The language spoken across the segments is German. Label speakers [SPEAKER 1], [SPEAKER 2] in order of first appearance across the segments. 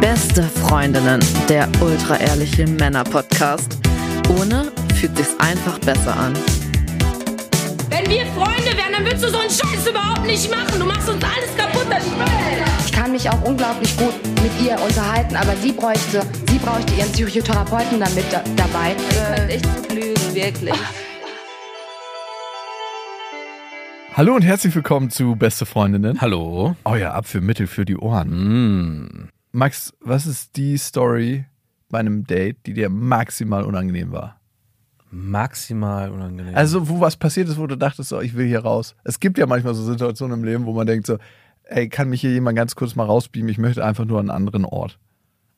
[SPEAKER 1] Beste Freundinnen, der ultra-ehrliche Männer-Podcast. Ohne fühlt sich's einfach besser an.
[SPEAKER 2] Wenn wir Freunde wären, dann würdest du so einen Scheiß überhaupt nicht machen. Du machst uns alles kaputt, das ich
[SPEAKER 3] Ich kann mich auch unglaublich gut mit ihr unterhalten, aber sie bräuchte, sie bräuchte ihren Psychotherapeuten damit da, dabei.
[SPEAKER 2] will. halt Echt gut lügen, wirklich.
[SPEAKER 4] Hallo und herzlich willkommen zu Beste Freundinnen. Oh
[SPEAKER 5] Hallo.
[SPEAKER 4] Euer Abführmittel für die Ohren.
[SPEAKER 5] Mm.
[SPEAKER 4] Max, was ist die Story bei einem Date, die dir maximal unangenehm war?
[SPEAKER 5] Maximal unangenehm.
[SPEAKER 4] Also, wo was passiert ist, wo du dachtest, oh, ich will hier raus. Es gibt ja manchmal so Situationen im Leben, wo man denkt so, ey, kann mich hier jemand ganz kurz mal rausbeamen? Ich möchte einfach nur an einen anderen Ort.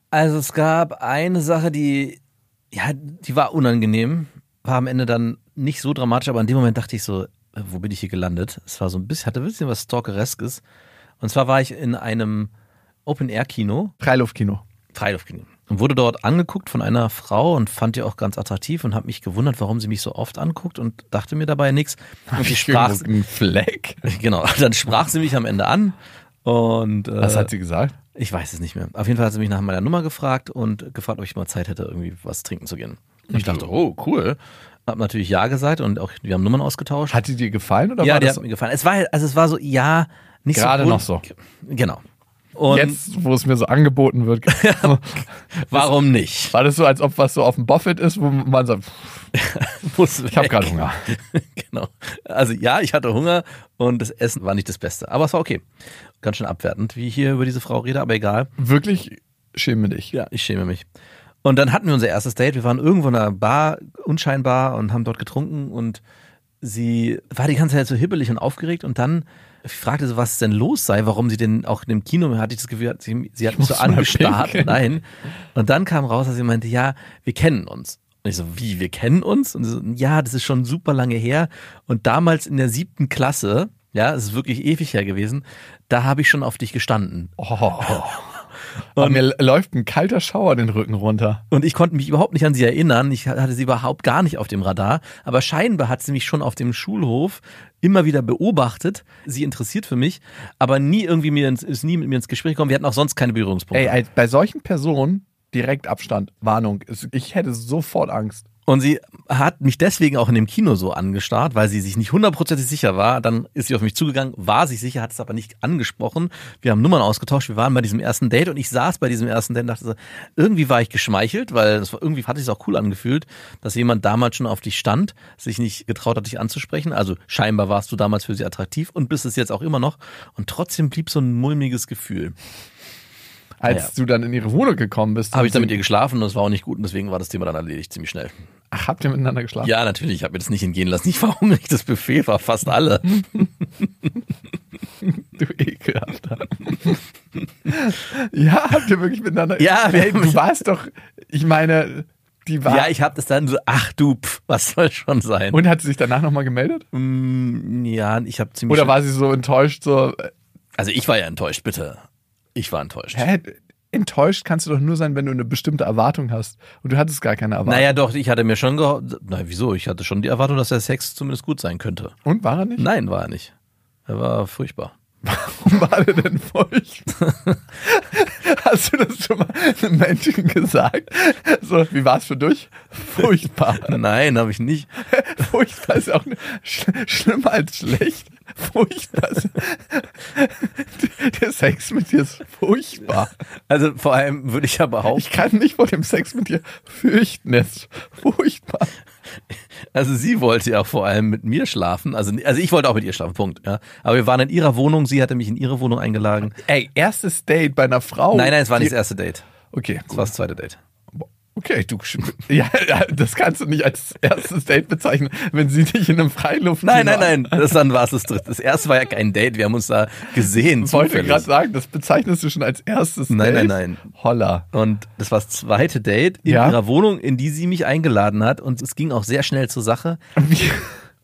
[SPEAKER 5] also es gab eine Sache, die, ja, die war unangenehm, war am Ende dann nicht so dramatisch, aber in dem Moment dachte ich so, äh, wo bin ich hier gelandet? Es war so ein bisschen, hatte ein bisschen was Stalkereskes. Und zwar war ich in einem Open-Air-Kino,
[SPEAKER 4] Freiluftkino.
[SPEAKER 5] Freiluftkino. Und wurde dort angeguckt von einer Frau und fand die auch ganz attraktiv und habe mich gewundert, warum sie mich so oft anguckt und dachte mir dabei nichts. Und sie sprach,
[SPEAKER 4] einen Fleck.
[SPEAKER 5] genau, dann sprach sie mich am Ende an und äh,
[SPEAKER 4] Was hat sie gesagt?
[SPEAKER 5] Ich weiß es nicht mehr. Auf jeden Fall hat sie mich nach meiner Nummer gefragt und gefragt, ob ich mal Zeit hätte, irgendwie was trinken zu gehen. Und ich dachte, oh, cool. Hab natürlich Ja gesagt und auch wir haben Nummern ausgetauscht.
[SPEAKER 4] Hat die dir gefallen oder
[SPEAKER 5] ja,
[SPEAKER 4] war
[SPEAKER 5] die
[SPEAKER 4] das
[SPEAKER 5] hat mir gefallen. Es war, also es war so, ja, nicht
[SPEAKER 4] Gerade
[SPEAKER 5] so. gut.
[SPEAKER 4] noch so.
[SPEAKER 5] Genau. Und
[SPEAKER 4] jetzt, wo es mir so angeboten wird?
[SPEAKER 5] warum nicht?
[SPEAKER 4] war das so, als ob was so auf dem Buffet ist, wo man sagt, pff,
[SPEAKER 5] Muss
[SPEAKER 4] ich habe
[SPEAKER 5] weg.
[SPEAKER 4] gerade Hunger.
[SPEAKER 5] genau. Also ja, ich hatte Hunger und das Essen war nicht das Beste. Aber es war okay. Ganz schön abwertend, wie ich hier über diese Frau rede, aber egal.
[SPEAKER 4] Wirklich schäme dich.
[SPEAKER 5] Ja, ich schäme mich. Und dann hatten wir unser erstes Date. Wir waren irgendwo in einer Bar, unscheinbar, und haben dort getrunken. Und sie war die ganze Zeit so hibbelig und aufgeregt. Und dann fragte sie, was denn los sei, warum sie denn auch in dem Kino, hatte ich das Gefühl, sie, sie hat mich so
[SPEAKER 4] muss mal
[SPEAKER 5] angestarrt.
[SPEAKER 4] pinkeln.
[SPEAKER 5] Nein. Und dann kam raus, dass sie meinte, ja, wir kennen uns. Und ich so, wie, wir kennen uns? Und sie so, ja, das ist schon super lange her. Und damals in der siebten Klasse, ja, es ist wirklich ewig her gewesen, da habe ich schon auf dich gestanden.
[SPEAKER 4] Oh. Und mir läuft ein kalter Schauer den Rücken runter.
[SPEAKER 5] Und ich konnte mich überhaupt nicht an sie erinnern. Ich hatte sie überhaupt gar nicht auf dem Radar. Aber scheinbar hat sie mich schon auf dem Schulhof immer wieder beobachtet. Sie interessiert für mich, aber nie irgendwie mir ins, ist nie mit mir ins Gespräch gekommen. Wir hatten auch sonst keine Berührungspunkte.
[SPEAKER 4] Ey, als- bei solchen Personen direkt Abstand, Warnung. Es- Ich hätte sofort Angst.
[SPEAKER 5] Und sie hat mich deswegen auch in dem Kino so angestarrt, weil sie sich nicht hundertprozentig sicher war. Dann ist sie auf mich zugegangen, war sich sicher, hat es aber nicht angesprochen. Wir haben Nummern ausgetauscht, wir waren bei diesem ersten Date und ich saß bei diesem ersten Date und dachte so, irgendwie war ich geschmeichelt, weil das war, irgendwie hat sich auch cool angefühlt, dass jemand damals schon auf dich stand, sich nicht getraut hat, dich anzusprechen. Also scheinbar warst du damals für sie attraktiv und bist es jetzt auch immer noch. Und trotzdem blieb so ein mulmiges Gefühl.
[SPEAKER 4] Als
[SPEAKER 5] Ja.
[SPEAKER 4] du dann in ihre Wohnung gekommen bist.
[SPEAKER 5] Habe ich dann mit
[SPEAKER 4] sie-
[SPEAKER 5] ihr geschlafen und es war auch nicht gut und deswegen war das Thema dann erledigt ziemlich schnell.
[SPEAKER 4] Ach, habt ihr miteinander geschlafen?
[SPEAKER 5] Ja, natürlich. Ich habe mir das nicht entgehen lassen. Ich war hungrig. Das Buffet war fast alle.
[SPEAKER 4] Du ekelhafter. ja, habt ihr wirklich miteinander
[SPEAKER 5] Ja, wir
[SPEAKER 4] Ey,
[SPEAKER 5] haben-
[SPEAKER 4] du warst doch, ich meine, die war.
[SPEAKER 5] Ja, ich habe das dann so. Ach du, pf, was soll schon sein?
[SPEAKER 4] und hat sie sich danach nochmal gemeldet?
[SPEAKER 5] Mm, ja, ich habe ziemlich.
[SPEAKER 4] Oder war sie so enttäuscht, so, äh,
[SPEAKER 5] also ich war ja enttäuscht, bitte. Ich war enttäuscht.
[SPEAKER 4] hä? Enttäuscht kannst du doch nur sein, wenn du eine bestimmte Erwartung hast. Und du hattest gar keine Erwartung.
[SPEAKER 5] Naja, doch. Ich hatte mir schon gehofft. Na, wieso? Ich hatte schon die Erwartung, dass der Sex zumindest gut sein könnte.
[SPEAKER 4] Und war er nicht?
[SPEAKER 5] Nein, war er nicht. Er war furchtbar.
[SPEAKER 4] Warum war der denn feucht? Hast du das schon mal einem Menschen gesagt? So, wie war's für dich? Furchtbar.
[SPEAKER 5] Nein, habe ich nicht.
[SPEAKER 4] Furchtbar ist auch ne- sch schlimmer als schlecht. Furchtbar. Ist, der Sex mit dir ist furchtbar.
[SPEAKER 5] Also vor allem würde ich ja behaupten,
[SPEAKER 4] Ich kann mich vor dem Sex mit dir fürchten. Es ist furchtbar.
[SPEAKER 5] Also sie wollte ja vor allem mit mir schlafen. Also, also ich wollte auch mit ihr schlafen, Punkt. Ja. Aber wir waren in ihrer Wohnung, sie hatte mich in ihre Wohnung eingeladen.
[SPEAKER 4] Ey, erstes Date bei einer Frau.
[SPEAKER 5] nein, nein, es war
[SPEAKER 4] die-
[SPEAKER 5] nicht das erste Date.
[SPEAKER 4] Okay,
[SPEAKER 5] Es war das zweite Date.
[SPEAKER 4] Okay, du. Ja, ja, das kannst du nicht als erstes Date bezeichnen, wenn sie dich in einem Freiluft.
[SPEAKER 5] Nein, nein, nein. Genau. Das dann war es das dritte. Das erste war ja kein Date, wir haben uns da gesehen.
[SPEAKER 4] Ich wollte
[SPEAKER 5] zufällig.
[SPEAKER 4] gerade sagen, das bezeichnest du schon als erstes
[SPEAKER 5] Nein,
[SPEAKER 4] Date.
[SPEAKER 5] nein,
[SPEAKER 4] Holla.
[SPEAKER 5] Und das war das zweite Date in
[SPEAKER 4] Ja?
[SPEAKER 5] ihrer Wohnung, in die sie mich eingeladen hat. Und es ging auch sehr schnell zur Sache.
[SPEAKER 4] Wie,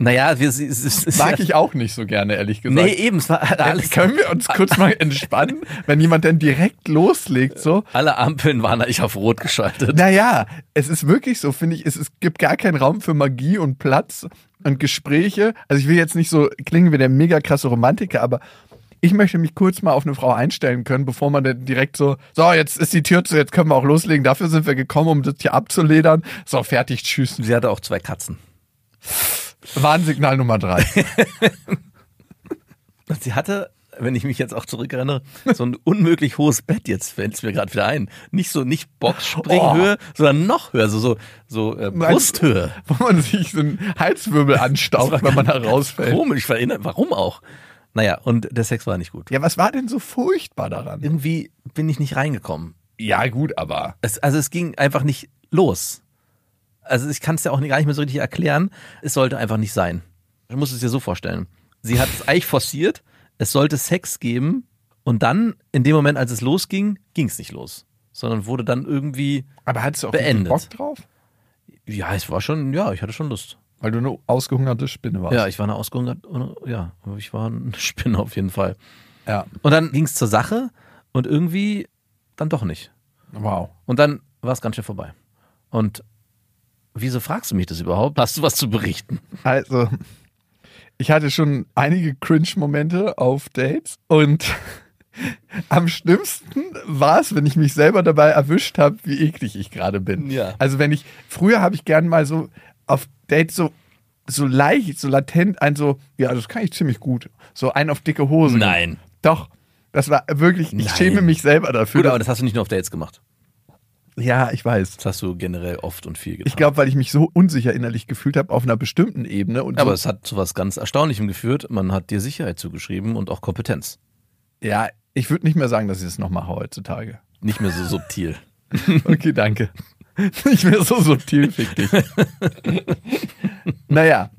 [SPEAKER 5] Naja, wir, es, es, es,
[SPEAKER 4] mag ich auch nicht so gerne, ehrlich gesagt.
[SPEAKER 5] Nee, eben, es war alles.
[SPEAKER 4] Können wir uns kurz mal entspannen, wenn jemand denn direkt loslegt so?
[SPEAKER 5] Alle Ampeln waren eigentlich auf Rot geschaltet.
[SPEAKER 4] Naja, es ist wirklich so, finde ich, es, es gibt gar keinen Raum für Magie und Platz und Gespräche. Also ich will jetzt nicht so klingen wie der mega krasse Romantiker, aber ich möchte mich kurz mal auf eine Frau einstellen können, bevor man dann direkt so, so, jetzt ist die Tür zu, jetzt können wir auch loslegen. Dafür sind wir gekommen, um das hier abzuledern. So, fertig, tschüss.
[SPEAKER 5] Sie hatte auch zwei Katzen.
[SPEAKER 4] Warnsignal Nummer drei.
[SPEAKER 5] Und sie hatte, wenn ich mich jetzt auch zurückerinnere, so ein unmöglich hohes Bett jetzt, fällt es mir gerade wieder ein. Nicht so, nicht Boxspringhöhe, sondern noch höher, so, so, so äh, Brusthöhe.
[SPEAKER 4] Wo man sich so einen Halswirbel anstaucht, wenn man da rausfällt.
[SPEAKER 5] Komisch, ich erinnere, warum auch? Naja, und der Sex war nicht gut.
[SPEAKER 4] Ja, was war denn so furchtbar daran?
[SPEAKER 5] Irgendwie bin ich nicht reingekommen.
[SPEAKER 4] Ja, gut, aber.
[SPEAKER 5] Es, also es ging einfach nicht los. Also ich kann es ja auch nicht- gar nicht mehr so richtig erklären. Es sollte einfach nicht sein. Du musst es dir so vorstellen. Sie hat es eigentlich forciert. Es sollte Sex geben. Und dann, in dem Moment, als es losging, ging es nicht los. Sondern wurde dann irgendwie,
[SPEAKER 4] Aber hattest du auch
[SPEAKER 5] Beendet.
[SPEAKER 4] richtig Bock drauf?
[SPEAKER 5] ja, es war schon, ja, ich hatte schon Lust.
[SPEAKER 4] Weil du eine ausgehungerte Spinne warst.
[SPEAKER 5] Ja, ich war eine ausgehungerte, ja, ich war eine Spinne auf jeden Fall.
[SPEAKER 4] ja.
[SPEAKER 5] Und dann ging es zur Sache und irgendwie dann doch nicht.
[SPEAKER 4] Wow.
[SPEAKER 5] Und dann war es ganz schnell vorbei. Und wieso fragst du mich das überhaupt? Hast du was zu berichten?
[SPEAKER 4] Also, ich hatte schon einige Cringe-Momente auf Dates und am schlimmsten war es, wenn ich mich selber dabei erwischt habe, wie eklig ich gerade bin.
[SPEAKER 5] Ja.
[SPEAKER 4] Also, wenn ich, früher habe ich gern mal so auf Dates so, so leicht, so latent ein so, ja, das kann ich ziemlich gut, so ein auf dicke Hose.
[SPEAKER 5] Nein.
[SPEAKER 4] Doch. Das war wirklich, ich
[SPEAKER 5] Nein.
[SPEAKER 4] schäme mich selber dafür.
[SPEAKER 5] Gut, aber das hast du nicht nur auf Dates gemacht.
[SPEAKER 4] ja, ich weiß.
[SPEAKER 5] Das hast du generell oft und viel getan.
[SPEAKER 4] Ich glaube, weil ich mich so unsicher innerlich gefühlt habe auf einer bestimmten Ebene. Und
[SPEAKER 5] aber
[SPEAKER 4] so,
[SPEAKER 5] es hat zu was ganz Erstaunlichem geführt. Man hat dir Sicherheit zugeschrieben und auch Kompetenz.
[SPEAKER 4] ja, ich würde nicht mehr sagen, dass ich das noch mache heutzutage.
[SPEAKER 5] Nicht mehr so subtil.
[SPEAKER 4] Okay, danke. Nicht mehr so subtil, fick dich. naja.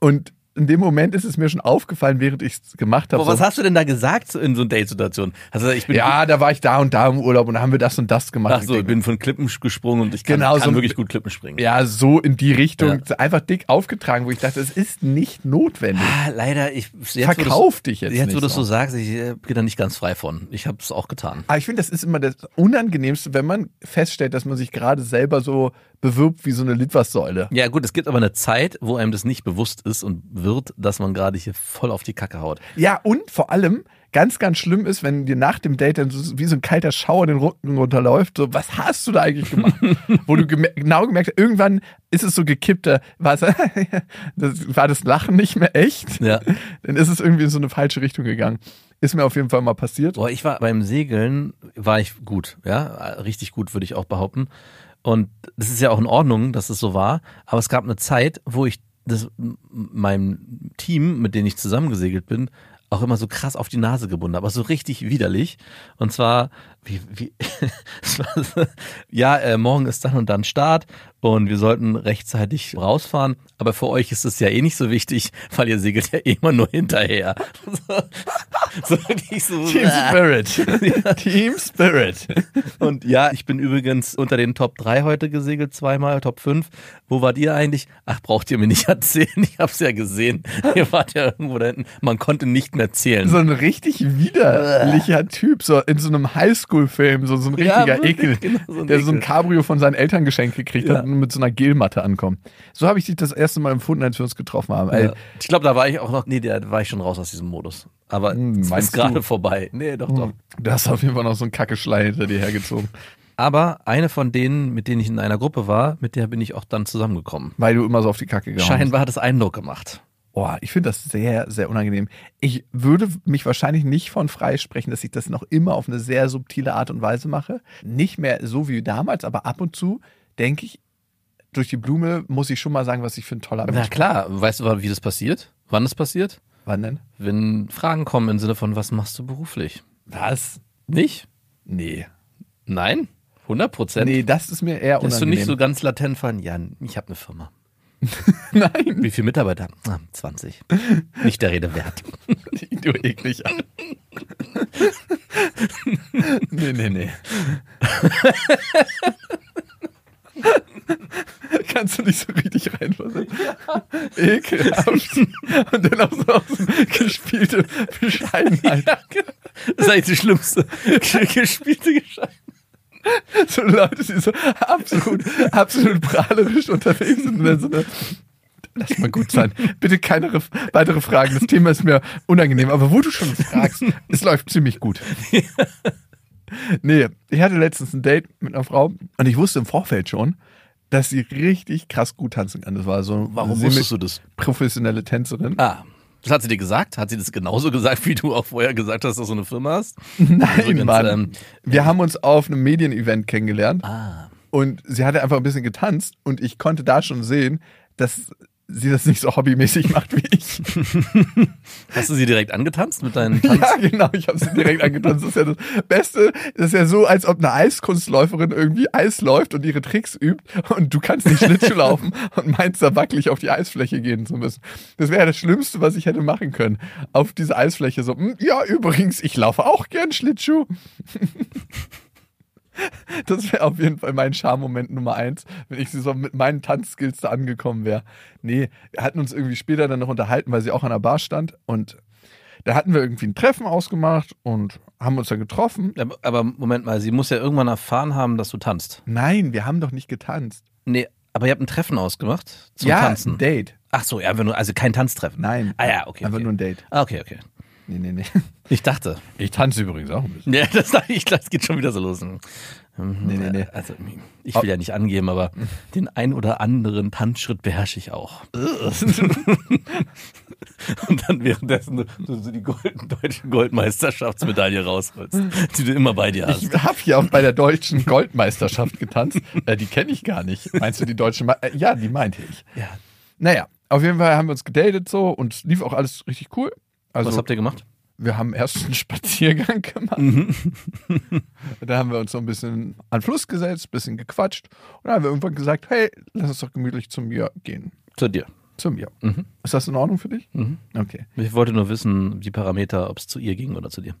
[SPEAKER 4] Und in dem Moment ist es mir schon aufgefallen, während ich es gemacht habe.
[SPEAKER 5] Aber was
[SPEAKER 4] so,
[SPEAKER 5] hast du denn da gesagt so in so einer Date-Situation? Hast du gesagt, ich bin,
[SPEAKER 4] ja, da war ich da und da im Urlaub und da haben wir das und das gemacht.
[SPEAKER 5] ach so,
[SPEAKER 4] Ich
[SPEAKER 5] ich
[SPEAKER 4] denk,
[SPEAKER 5] bin von Klippen gesprungen und ich kann,
[SPEAKER 4] Genau,
[SPEAKER 5] kann
[SPEAKER 4] so-
[SPEAKER 5] wirklich gut Klippen springen.
[SPEAKER 4] ja, so in die Richtung. Einfach dick aufgetragen, wo ich dachte, es ist nicht notwendig.
[SPEAKER 5] Ah, leider, ich jetzt, wo du's-
[SPEAKER 4] Verkauf dich jetzt
[SPEAKER 5] Jetzt,
[SPEAKER 4] nicht
[SPEAKER 5] wo du es so
[SPEAKER 4] so.
[SPEAKER 5] sagst, ich äh, bin da nicht ganz frei von. Ich habe es auch getan.
[SPEAKER 4] Aber ich finde, das ist immer das Unangenehmste, wenn man feststellt, dass man sich gerade selber so bewirbt wie so eine Litwassäule.
[SPEAKER 5] Ja gut, es gibt aber eine Zeit, wo einem das nicht bewusst ist und wird, dass man gerade hier voll auf die Kacke haut.
[SPEAKER 4] Ja, und vor allem, ganz, ganz schlimm ist, wenn dir nach dem Date dann so, wie so ein kalter Schauer den Rücken runterläuft, so, was hast du da eigentlich gemacht? Wo du geme genau gemerkt hast, irgendwann ist es so gekippt, da war, es, das, war das Lachen nicht mehr echt.
[SPEAKER 5] Ja.
[SPEAKER 4] Dann ist es irgendwie in so eine falsche Richtung gegangen. Ist mir auf jeden Fall mal passiert.
[SPEAKER 5] Boah, ich war beim Segeln, war ich gut, ja, richtig gut würde ich auch behaupten. Und das ist ja auch in Ordnung, dass es so war. Aber es gab eine Zeit, wo ich das, m- meinem Team, mit dem ich zusammengesegelt bin, auch immer so krass auf die Nase gebunden, habe, aber so richtig widerlich. Und zwar, wie, wie, es war so, ja, äh, morgen ist dann und dann Start und wir sollten rechtzeitig rausfahren. Aber für euch ist es ja eh nicht so wichtig, weil ihr segelt ja eh immer nur hinterher. So, so wirklich so.
[SPEAKER 4] Team Spirit. Team Spirit.
[SPEAKER 5] Und ja, ich bin übrigens unter den Top 3 heute gesegelt, zweimal, Top 5. Wo wart ihr eigentlich? Ach, braucht ihr mir nicht erzählen. Ich hab's ja gesehen. Ihr wart ja irgendwo da hinten. Man konnte nicht mehr zählen.
[SPEAKER 4] So ein richtig widerlicher Typ, so in so einem Highschool-Film, so, so ein
[SPEAKER 5] Ja,
[SPEAKER 4] richtiger
[SPEAKER 5] wirklich,
[SPEAKER 4] Ekel,
[SPEAKER 5] genau, so ein
[SPEAKER 4] der so ein
[SPEAKER 5] Ekel.
[SPEAKER 4] Cabrio von seinen Eltern geschenkt gekriegt
[SPEAKER 5] Ja.
[SPEAKER 4] hat und mit so einer Gelmatte ankommt. So habe ich dich das erste Mal empfunden, als wir uns getroffen haben. Ey,
[SPEAKER 5] Ja. Ich glaube, da war ich auch noch, nee, da war ich schon raus aus diesem Modus. Aber
[SPEAKER 4] Hm,
[SPEAKER 5] es ist
[SPEAKER 4] meinst du? Hm.
[SPEAKER 5] gerade vorbei. Nee, doch, doch.
[SPEAKER 4] Du hast auf jeden Fall noch so einen Kackeschlei hinter dir hergezogen,
[SPEAKER 5] Aber eine von denen, mit denen ich in einer Gruppe war, mit der bin ich auch dann zusammengekommen.
[SPEAKER 4] weil du immer so auf die Kacke gegangen
[SPEAKER 5] Scheinbar hat es Eindruck gemacht.
[SPEAKER 4] bist. Oh, ich finde das sehr, sehr unangenehm. Ich würde mich wahrscheinlich nicht von freisprechen, dass ich das noch immer auf eine sehr subtile Art und Weise mache. Nicht mehr so wie damals, aber ab und zu denke ich, durch die Blume muss ich schon mal sagen, was ich für ein toller Mensch
[SPEAKER 5] Na klar, weißt du, wie das passiert? Wann das passiert?
[SPEAKER 4] bin. Wann denn?
[SPEAKER 5] Wenn Fragen kommen im Sinne von, was machst du beruflich?
[SPEAKER 4] Was?
[SPEAKER 5] Nicht?
[SPEAKER 4] Nee.
[SPEAKER 5] Nein, 100 Prozent.
[SPEAKER 4] Nee, das ist mir eher
[SPEAKER 5] Dass du
[SPEAKER 4] unangenehm.
[SPEAKER 5] nicht so ganz latent von, ja, ich habe eine Firma.
[SPEAKER 4] Nein.
[SPEAKER 5] Wie viele Mitarbeiter? Ah, 20. Nicht der Rede wert.
[SPEAKER 4] Du eklig an. nee, nee, nee. Kannst du nicht so richtig reinfassen? Ekelhaft. Und dann auch so, auch so gespielte Bescheidenheit.
[SPEAKER 5] genau. Das ist eigentlich das Schlimmste. Gespielte Gescheit.
[SPEAKER 4] So Leute, die so absolut, absolut prahlerisch unterwegs sind. Und dann so eine Lass mal gut sein. Bitte keine ref- weitere Fragen. Das Thema ist mir unangenehm. Aber wo du schon fragst, es läuft ziemlich gut. Nee, ich hatte letztens ein Date mit einer Frau und ich wusste im Vorfeld schon, dass sie richtig krass gut tanzen kann. Das war so
[SPEAKER 5] Warum
[SPEAKER 4] semi-
[SPEAKER 5] wusstest du das?
[SPEAKER 4] professionelle Tänzerin.
[SPEAKER 5] Ah. Das hat sie dir gesagt? Hat sie das genauso gesagt, wie du auch vorher gesagt hast, dass du so eine Firma hast?
[SPEAKER 4] Nein,
[SPEAKER 5] Übrigens,
[SPEAKER 4] Mann.
[SPEAKER 5] ähm,
[SPEAKER 4] Wir haben uns auf einem Medienevent kennengelernt
[SPEAKER 5] Ah.
[SPEAKER 4] und sie hatte einfach ein bisschen getanzt und ich konnte da schon sehen, dass sie das nicht so hobbymäßig macht wie ich.
[SPEAKER 5] Hast du sie direkt angetanzt mit deinen Tanz?
[SPEAKER 4] Ja, genau, ich habe sie direkt angetanzt. Das ist ja das Beste. Das ist ja so, als ob eine Eiskunstläuferin irgendwie Eis läuft und ihre Tricks übt und du kannst nicht Schlittschuh laufen und meinst da wackelig auf die Eisfläche gehen zu müssen. Das wäre ja das Schlimmste, was ich hätte machen können. Auf diese Eisfläche so, "Hm, ja, übrigens, ich laufe auch gern Schlittschuh. Das wäre auf jeden Fall mein Charmoment Nummer eins, wenn ich sie so mit meinen Tanzskills da angekommen wäre. Nee, wir hatten uns irgendwie später dann noch unterhalten, weil sie auch an der Bar stand und da hatten wir irgendwie ein Treffen ausgemacht und haben uns dann getroffen.
[SPEAKER 5] Aber- Aber Moment mal, sie muss ja irgendwann erfahren haben, dass du tanzt.
[SPEAKER 4] Nein, wir haben doch nicht getanzt.
[SPEAKER 5] Nee, aber ihr habt ein Treffen ausgemacht zum
[SPEAKER 4] ja,
[SPEAKER 5] Tanzen.
[SPEAKER 4] ein Date.
[SPEAKER 5] Ach so, ja, einfach nur, also kein Tanztreffen.
[SPEAKER 4] Nein.
[SPEAKER 5] Ah ja, okay.
[SPEAKER 4] Einfach
[SPEAKER 5] okay.
[SPEAKER 4] nur ein Date.
[SPEAKER 5] Ah, okay, okay.
[SPEAKER 4] Nee, nee, nee.
[SPEAKER 5] Ich dachte.
[SPEAKER 4] Ich tanze übrigens auch ein bisschen.
[SPEAKER 5] Ja, das, dachte ich, das geht schon wieder so los. Mhm.
[SPEAKER 4] Nee, nee, nee.
[SPEAKER 5] Also, ich will ja nicht angeben, aber den ein oder anderen Tanzschritt beherrsche ich auch. Und dann währenddessen du so die golden, deutsche Goldmeisterschaftsmedaille rausholst, die du immer bei dir hast.
[SPEAKER 4] Ich habe hier auch bei der deutschen Goldmeisterschaft getanzt. äh, die kenne ich gar nicht. Meinst du die deutsche? Me äh, ja, die meinte ich.
[SPEAKER 5] ja.
[SPEAKER 4] Naja, auf jeden Fall haben wir uns gedatet so und es lief auch alles richtig cool. Also,
[SPEAKER 5] Was habt ihr Mhm. gemacht?
[SPEAKER 4] wir haben erst einen Spaziergang gemacht. da haben wir uns so ein bisschen an den Fluss gesetzt, ein bisschen gequatscht und dann haben wir irgendwann gesagt, hey, lass uns doch gemütlich zu mir gehen.
[SPEAKER 5] Zu dir.
[SPEAKER 4] Zu mir.
[SPEAKER 5] Mhm.
[SPEAKER 4] Ist das in Ordnung für dich? Okay.
[SPEAKER 5] Ich wollte nur wissen, die Parameter, ob es zu ihr ging oder zu dir.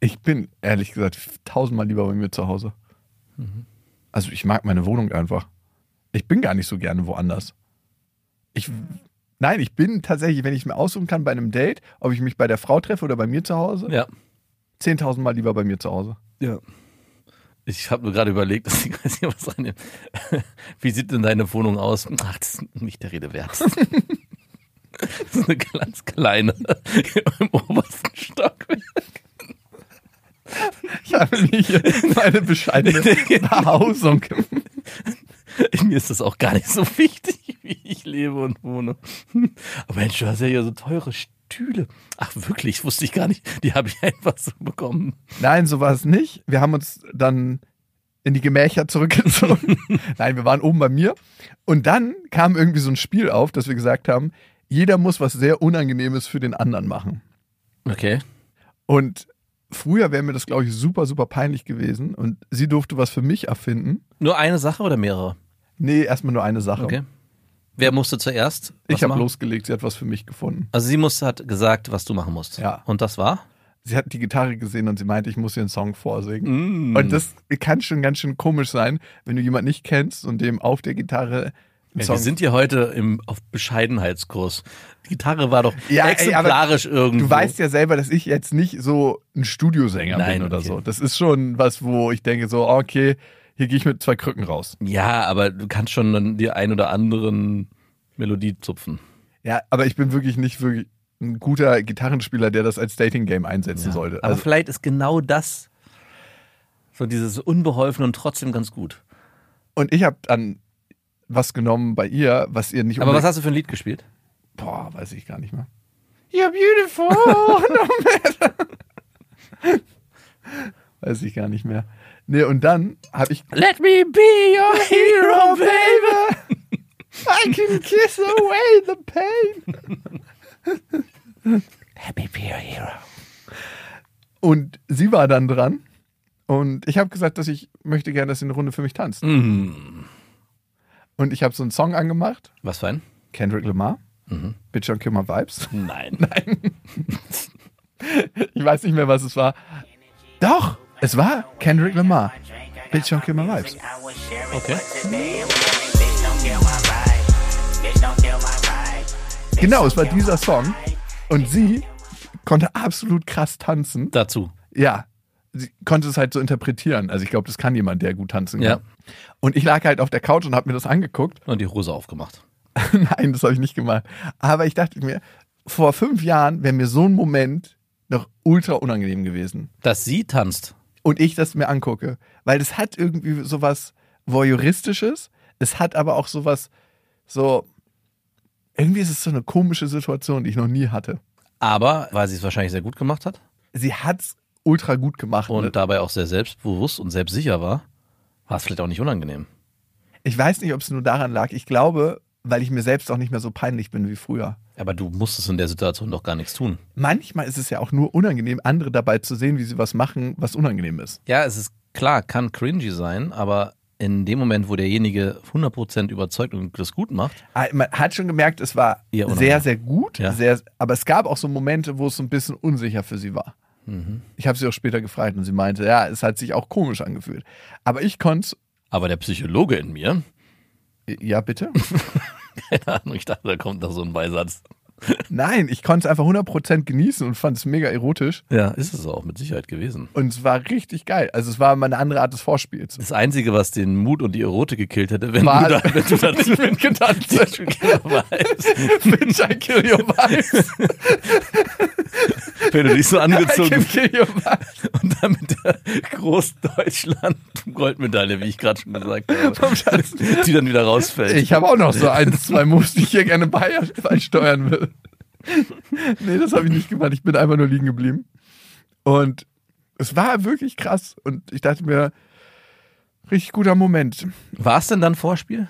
[SPEAKER 4] Ich bin ehrlich gesagt tausendmal lieber bei mir zu Hause. Also ich mag meine Wohnung einfach. Ich bin gar nicht so gerne woanders. Ich, nein, ich bin tatsächlich, wenn ich mir aussuchen kann bei einem Date, ob ich mich bei der Frau treffe oder bei mir zu Hause,
[SPEAKER 5] Ja.
[SPEAKER 4] zehntausendmal lieber bei mir zu Hause.
[SPEAKER 5] Ja. Ich habe nur gerade überlegt, dass ich weiß nicht, was eine. Wie sieht denn deine Wohnung aus? Ach, das ist nicht der Rede wert. Das ist eine ganz kleine im obersten Stockwerk.
[SPEAKER 4] Ich habe mir hier meine bescheidene Behausung.
[SPEAKER 5] Mir ist das auch gar nicht so wichtig, wie ich lebe und wohne. Aber Mensch, du hast ja hier so teure Stühle. Ach, wirklich? Das Wusste ich gar nicht. Die habe ich einfach so bekommen.
[SPEAKER 4] Nein, so war es nicht. Wir haben uns dann in die Gemächer zurückgezogen. Nein, wir waren oben bei mir. Und dann kam irgendwie so ein Spiel auf, dass wir gesagt haben, jeder muss was sehr Unangenehmes für den anderen machen.
[SPEAKER 5] Okay.
[SPEAKER 4] Und früher wäre mir das, glaube ich, super, super peinlich gewesen. Und sie durfte was für mich erfinden.
[SPEAKER 5] Nur eine Sache oder mehrere?
[SPEAKER 4] Nee, erstmal nur eine Sache.
[SPEAKER 5] Okay. Wer musste zuerst? was
[SPEAKER 4] Ich habe
[SPEAKER 5] machen?
[SPEAKER 4] losgelegt, sie hat was für mich gefunden.
[SPEAKER 5] Also sie musste, hat gesagt, was du machen musst.
[SPEAKER 4] Ja.
[SPEAKER 5] Und das war?
[SPEAKER 4] Sie hat die Gitarre gesehen und sie meinte, ich muss ihr einen Song
[SPEAKER 5] Mm.
[SPEAKER 4] vorsingen. Und das kann schon ganz schön komisch sein, wenn du jemanden nicht kennst und dem auf der Gitarre einen
[SPEAKER 5] Ja,
[SPEAKER 4] Song
[SPEAKER 5] wir sind hier heute im, auf Bescheidenheitskurs. Die Gitarre war doch
[SPEAKER 4] Ja, ey,
[SPEAKER 5] exemplarisch irgendwo.
[SPEAKER 4] Du weißt ja selber, dass ich jetzt nicht so ein Studiosänger
[SPEAKER 5] Nein,
[SPEAKER 4] bin oder
[SPEAKER 5] okay.
[SPEAKER 4] so. Das ist schon was, wo ich denke so, ah, okay, hier gehe ich mit zwei Krücken raus.
[SPEAKER 5] ja, aber du kannst schon dann die ein oder anderen Melodie zupfen.
[SPEAKER 4] Ja, aber ich bin wirklich nicht wirklich ein guter Gitarrenspieler, der das als Dating Game einsetzen sollte.
[SPEAKER 5] Aber
[SPEAKER 4] Also,
[SPEAKER 5] vielleicht ist genau das so dieses Unbeholfen und trotzdem ganz gut.
[SPEAKER 4] und ich habe dann was genommen bei ihr, was ihr nicht.
[SPEAKER 5] Aber was
[SPEAKER 4] unbedingt-
[SPEAKER 5] hast du für ein Lied gespielt?
[SPEAKER 4] Boah, weiß ich gar nicht mehr. You're beautiful, no matter. weiß ich gar nicht mehr. Nee, und dann habe ich
[SPEAKER 5] Let me be your
[SPEAKER 4] Hero, baby. I can kiss away the pain. Happy be your hero. Und sie war dann dran. Und ich habe gesagt, dass ich möchte gerne, dass sie eine Runde für mich tanzt. Und ich habe so einen Song angemacht.
[SPEAKER 5] Was für ein?
[SPEAKER 4] Kendrick Lamar. Bitch Don't Kill My Vibes.
[SPEAKER 5] Nein. Nein.
[SPEAKER 4] Ich weiß nicht mehr, was es war. Doch, es war Kendrick Lamar. Bitch Don't Kill My Vibes.
[SPEAKER 5] Okay.
[SPEAKER 4] Genau, es war dieser Song. Und sie konnte absolut krass tanzen.
[SPEAKER 5] Dazu.
[SPEAKER 4] Ja, sie konnte es halt so interpretieren. Also ich glaube, das kann jemand, der gut tanzen kann.
[SPEAKER 5] Ja.
[SPEAKER 4] Und ich lag halt auf der Couch und habe mir das angeguckt.
[SPEAKER 5] Und die Hose aufgemacht.
[SPEAKER 4] Nein, das habe ich nicht gemacht. Aber ich dachte mir, vor fünf Jahren wäre mir so ein Moment noch ultra unangenehm gewesen.
[SPEAKER 5] Dass sie tanzt.
[SPEAKER 4] Und ich das mir angucke. Weil es hat irgendwie sowas voyeuristisches, es hat aber auch sowas, so, irgendwie ist es so eine komische Situation, die ich noch nie hatte.
[SPEAKER 5] Aber weil sie es wahrscheinlich sehr gut gemacht hat
[SPEAKER 4] Sie hat's ultra gut gemacht.
[SPEAKER 5] und
[SPEAKER 4] ne?
[SPEAKER 5] dabei auch sehr selbstbewusst und selbstsicher war, war es vielleicht auch nicht unangenehm.
[SPEAKER 4] Ich weiß nicht, ob es nur daran lag. Ich glaube, weil ich mir selbst auch nicht mehr so peinlich bin wie früher.
[SPEAKER 5] Aber du musstest in der Situation doch gar nichts tun.
[SPEAKER 4] Manchmal ist es ja auch nur unangenehm, andere dabei zu sehen, wie sie was machen, was unangenehm ist.
[SPEAKER 5] Ja, es ist klar, kann cringy sein, aber in dem Moment, wo derjenige 100% überzeugt und das gut macht,
[SPEAKER 4] Ah, Man hat schon gemerkt, es war
[SPEAKER 5] Ja, unangenehm.
[SPEAKER 4] sehr, sehr gut.
[SPEAKER 5] Ja.
[SPEAKER 4] Sehr, aber es gab auch so Momente, wo es so ein bisschen unsicher für sie war.
[SPEAKER 5] Mhm.
[SPEAKER 4] Ich habe sie auch später gefragt und sie meinte, ja, es hat sich auch komisch angefühlt. Aber ich konnte
[SPEAKER 5] aber der Psychologe in mir,
[SPEAKER 4] ja bitte?
[SPEAKER 5] keine Ahnung, ich dachte, da kommt noch so ein Beisatz.
[SPEAKER 4] Nein, ich konnte es einfach 100% genießen und fand es mega erotisch.
[SPEAKER 5] Ja, ist es auch mit Sicherheit gewesen.
[SPEAKER 4] Und es war richtig geil. Also es war mal eine andere Art des Vorspiels.
[SPEAKER 5] Das Einzige, was den Mut und die Erotik gekillt hätte, wenn
[SPEAKER 4] War-
[SPEAKER 5] du da, wenn du da nicht mitgetanzt hättest.
[SPEAKER 4] Bitch, I kill your vibes.
[SPEAKER 5] wenn du dich so
[SPEAKER 4] I
[SPEAKER 5] angezogen
[SPEAKER 4] can kill your vibes.
[SPEAKER 5] und dann mit der Großdeutschland Goldmedaille, wie ich gerade schon gesagt habe, die dann wieder rausfällt.
[SPEAKER 4] Ich habe auch noch so ein, zwei Moves, die ich hier gerne bei- beisteuern will. Nee, das habe ich nicht gemacht. Ich bin einfach nur liegen geblieben. Und es war wirklich krass. Und ich dachte mir, richtig guter Moment.
[SPEAKER 5] War es denn dann Vorspiel?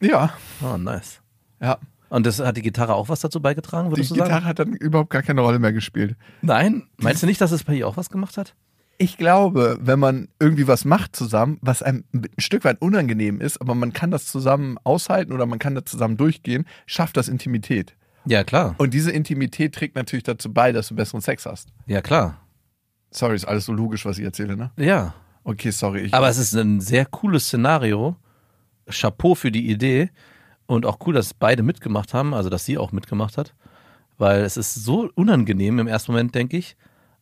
[SPEAKER 4] Ja,
[SPEAKER 5] Oh, nice.
[SPEAKER 4] ja.
[SPEAKER 5] Und das hat die Gitarre auch was dazu beigetragen,
[SPEAKER 4] Die
[SPEAKER 5] würdest du sagen?
[SPEAKER 4] Gitarre hat dann überhaupt gar keine Rolle mehr gespielt.
[SPEAKER 5] Nein. Meinst du nicht, dass es bei ihr auch was gemacht hat?
[SPEAKER 4] Ich glaube, wenn man irgendwie was macht zusammen, was einem ein Stück weit unangenehm ist, aber man kann das zusammen aushalten oder man kann da zusammen durchgehen, schafft das Intimität.
[SPEAKER 5] Ja, klar.
[SPEAKER 4] Und diese Intimität trägt natürlich dazu bei, dass du besseren Sex hast.
[SPEAKER 5] Ja, klar.
[SPEAKER 4] Sorry, ist alles so logisch, was ich erzähle, ne?
[SPEAKER 5] Ja.
[SPEAKER 4] Okay, sorry. Ich,
[SPEAKER 5] Aber es ist ein sehr cooles Szenario. Chapeau für die Idee. Und auch cool, dass beide mitgemacht haben, also dass sie auch mitgemacht hat. Weil es ist so unangenehm im ersten Moment, denke ich.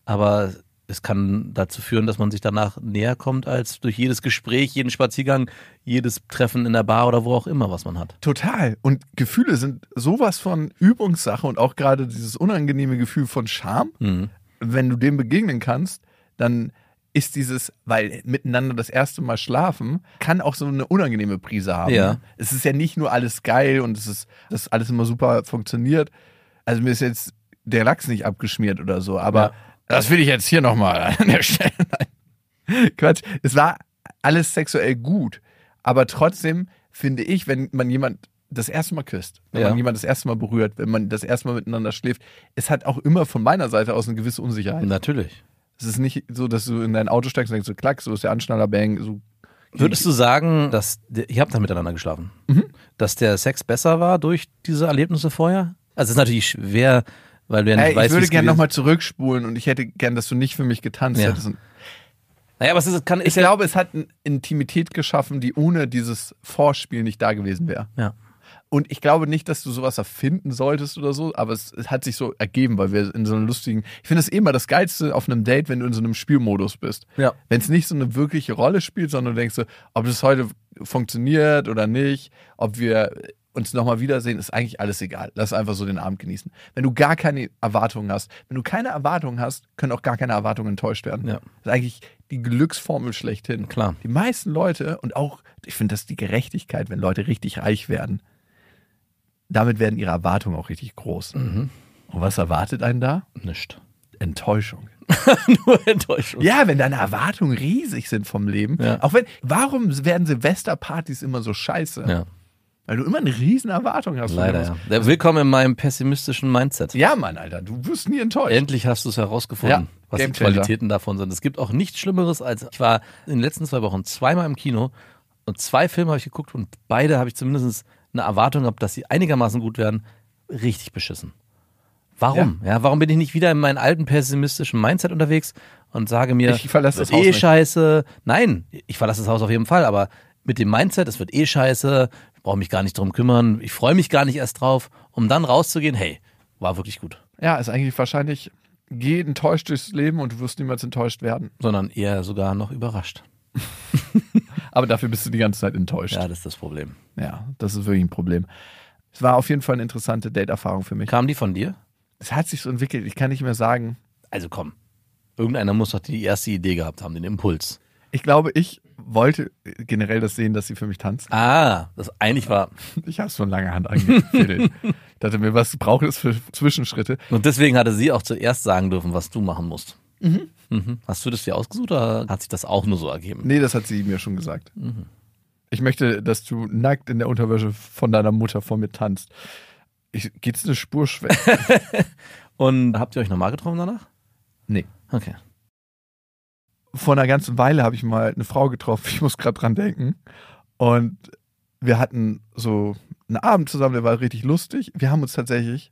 [SPEAKER 5] Aber es kann dazu führen, dass man sich danach näher kommt, als durch jedes Gespräch, jeden Spaziergang, jedes Treffen in der Bar oder wo auch immer, was man hat.
[SPEAKER 4] total. Und Gefühle sind sowas von Übungssache und auch gerade dieses unangenehme Gefühl von Scham,
[SPEAKER 5] Mhm.
[SPEAKER 4] wenn du dem begegnen kannst, dann ist dieses, weil miteinander das erste Mal schlafen, kann auch so eine unangenehme Prise haben.
[SPEAKER 5] Ja.
[SPEAKER 4] Es ist ja nicht nur alles geil und es ist, dass alles immer super funktioniert. Also mir ist jetzt der Lachs nicht abgeschmiert oder so, aber
[SPEAKER 5] Ja.
[SPEAKER 4] das will ich jetzt hier nochmal an der Stelle. Nein. Quatsch. Es war alles sexuell gut, aber trotzdem finde ich, wenn man jemand das erste Mal küsst, wenn
[SPEAKER 5] Ja.
[SPEAKER 4] man jemand das erste Mal berührt, wenn man das erste Mal miteinander schläft, es hat auch immer von meiner Seite aus eine gewisse Unsicherheit.
[SPEAKER 5] Natürlich.
[SPEAKER 4] Es ist nicht so, dass du in dein Auto steigst und denkst, so klack, so ist der Anschnaller, bang, so.
[SPEAKER 5] Würdest du sagen, dass der- ihr habt dann miteinander geschlafen,
[SPEAKER 4] Mhm.
[SPEAKER 5] dass der Sex besser war durch diese Erlebnisse vorher? Also es ist natürlich schwer, weil du ja nicht
[SPEAKER 4] Ey, ich
[SPEAKER 5] weißt,
[SPEAKER 4] würde
[SPEAKER 5] wie's
[SPEAKER 4] gerne
[SPEAKER 5] gewesen-
[SPEAKER 4] nochmal zurückspulen und ich hätte gern, dass du nicht für mich getanzt
[SPEAKER 5] Ja.
[SPEAKER 4] hättest. Und
[SPEAKER 5] Naja, aber es ist, kann,
[SPEAKER 4] Ich
[SPEAKER 5] ist ja,
[SPEAKER 4] glaube, es hat eine Intimität geschaffen, die ohne dieses Vorspiel nicht da gewesen wäre.
[SPEAKER 5] ja.
[SPEAKER 4] Und ich glaube nicht, dass du sowas erfinden solltest oder so, aber es, es hat sich so ergeben, weil wir in so einem lustigen. Ich finde es eh immer das Geilste auf einem Date, wenn du in so einem Spielmodus bist.
[SPEAKER 5] Ja.
[SPEAKER 4] Wenn es nicht so eine wirkliche Rolle spielt, sondern du denkst so, ob das heute funktioniert oder nicht, ob wir uns nochmal wiedersehen, ist eigentlich alles egal. Lass einfach so den Abend genießen. Wenn du gar keine Erwartungen hast, wenn du keine Erwartungen hast, können auch gar keine Erwartungen enttäuscht werden.
[SPEAKER 5] Ja.
[SPEAKER 4] Das ist eigentlich die Glücksformel schlechthin.
[SPEAKER 5] Klar.
[SPEAKER 4] Die meisten Leute und auch, ich finde das ist die Gerechtigkeit, wenn Leute richtig reich werden, damit werden ihre Erwartungen auch richtig groß.
[SPEAKER 5] Mhm.
[SPEAKER 4] Und was erwartet einen da?
[SPEAKER 5] Nicht.
[SPEAKER 4] Enttäuschung.
[SPEAKER 5] Nur Enttäuschung.
[SPEAKER 4] Ja, wenn deine Erwartungen riesig sind vom Leben,
[SPEAKER 5] Ja.
[SPEAKER 4] auch wenn, warum werden Silvesterpartys immer so scheiße?
[SPEAKER 5] Ja,
[SPEAKER 4] Weil du immer eine riesen Erwartung hast. von
[SPEAKER 5] leider.
[SPEAKER 4] dem,
[SPEAKER 5] Ja.
[SPEAKER 4] was-
[SPEAKER 5] Der- Willkommen in meinem pessimistischen Mindset.
[SPEAKER 4] ja, Mann, Alter, du wirst nie enttäuscht.
[SPEAKER 5] Endlich hast du es herausgefunden,
[SPEAKER 4] Ja,
[SPEAKER 5] was
[SPEAKER 4] Game
[SPEAKER 5] die Qualitäten davon sind. Es gibt auch nichts Schlimmeres als ich war in den letzten zwei Wochen zweimal im Kino und zwei Filme habe ich geguckt und beide habe ich zumindest eine Erwartung gehabt, dass sie einigermaßen gut werden. Richtig beschissen. Warum? Ja. warum bin ich nicht wieder in meinem alten pessimistischen Mindset unterwegs und sage mir,
[SPEAKER 4] Ich verlasse
[SPEAKER 5] wird
[SPEAKER 4] das Haus
[SPEAKER 5] eh
[SPEAKER 4] nicht.
[SPEAKER 5] scheiße. Nein, ich verlasse das Haus auf jeden Fall, aber mit dem Mindset, es wird eh scheiße, ich brauche mich gar nicht drum kümmern, ich freue mich gar nicht erst drauf, um dann rauszugehen, hey, war wirklich gut.
[SPEAKER 4] Ja, ist eigentlich wahrscheinlich, geh enttäuscht durchs Leben und du wirst niemals enttäuscht werden.
[SPEAKER 5] sondern eher sogar noch überrascht.
[SPEAKER 4] Aber dafür bist du die ganze Zeit enttäuscht.
[SPEAKER 5] Ja, das ist das Problem.
[SPEAKER 4] Ja, das ist wirklich ein Problem. Es war auf jeden Fall eine interessante Date-Erfahrung für mich.
[SPEAKER 5] Kamen die von dir?
[SPEAKER 4] Es hat sich so entwickelt, ich kann nicht mehr sagen.
[SPEAKER 5] Also komm. Irgendeiner muss doch die erste Idee gehabt haben, den Impuls.
[SPEAKER 4] Ich glaube, ich wollte generell das sehen, dass sie für mich tanzt.
[SPEAKER 5] Ah, das eigentlich war.
[SPEAKER 4] Ich habe es von langer Hand angefädelt. ich dachte mir, was braucht es für Zwischenschritte?
[SPEAKER 5] Und deswegen hatte sie auch zuerst sagen dürfen, was du machen musst. Mhm. Hast du das dir ausgesucht oder hat sich das auch nur so ergeben?
[SPEAKER 4] Nee, das hat sie mir schon gesagt. Ich möchte, dass du nackt in der Unterwäsche von deiner Mutter vor mir tanzt. Ich, geht's eine Spur schwer?
[SPEAKER 5] Und habt ihr euch nochmal getroffen danach?
[SPEAKER 4] Nee.
[SPEAKER 5] Okay.
[SPEAKER 4] vor einer ganzen Weile habe ich mal eine Frau getroffen, ich muss gerade dran denken. Und wir hatten so einen Abend zusammen, der war richtig lustig. Wir haben uns tatsächlich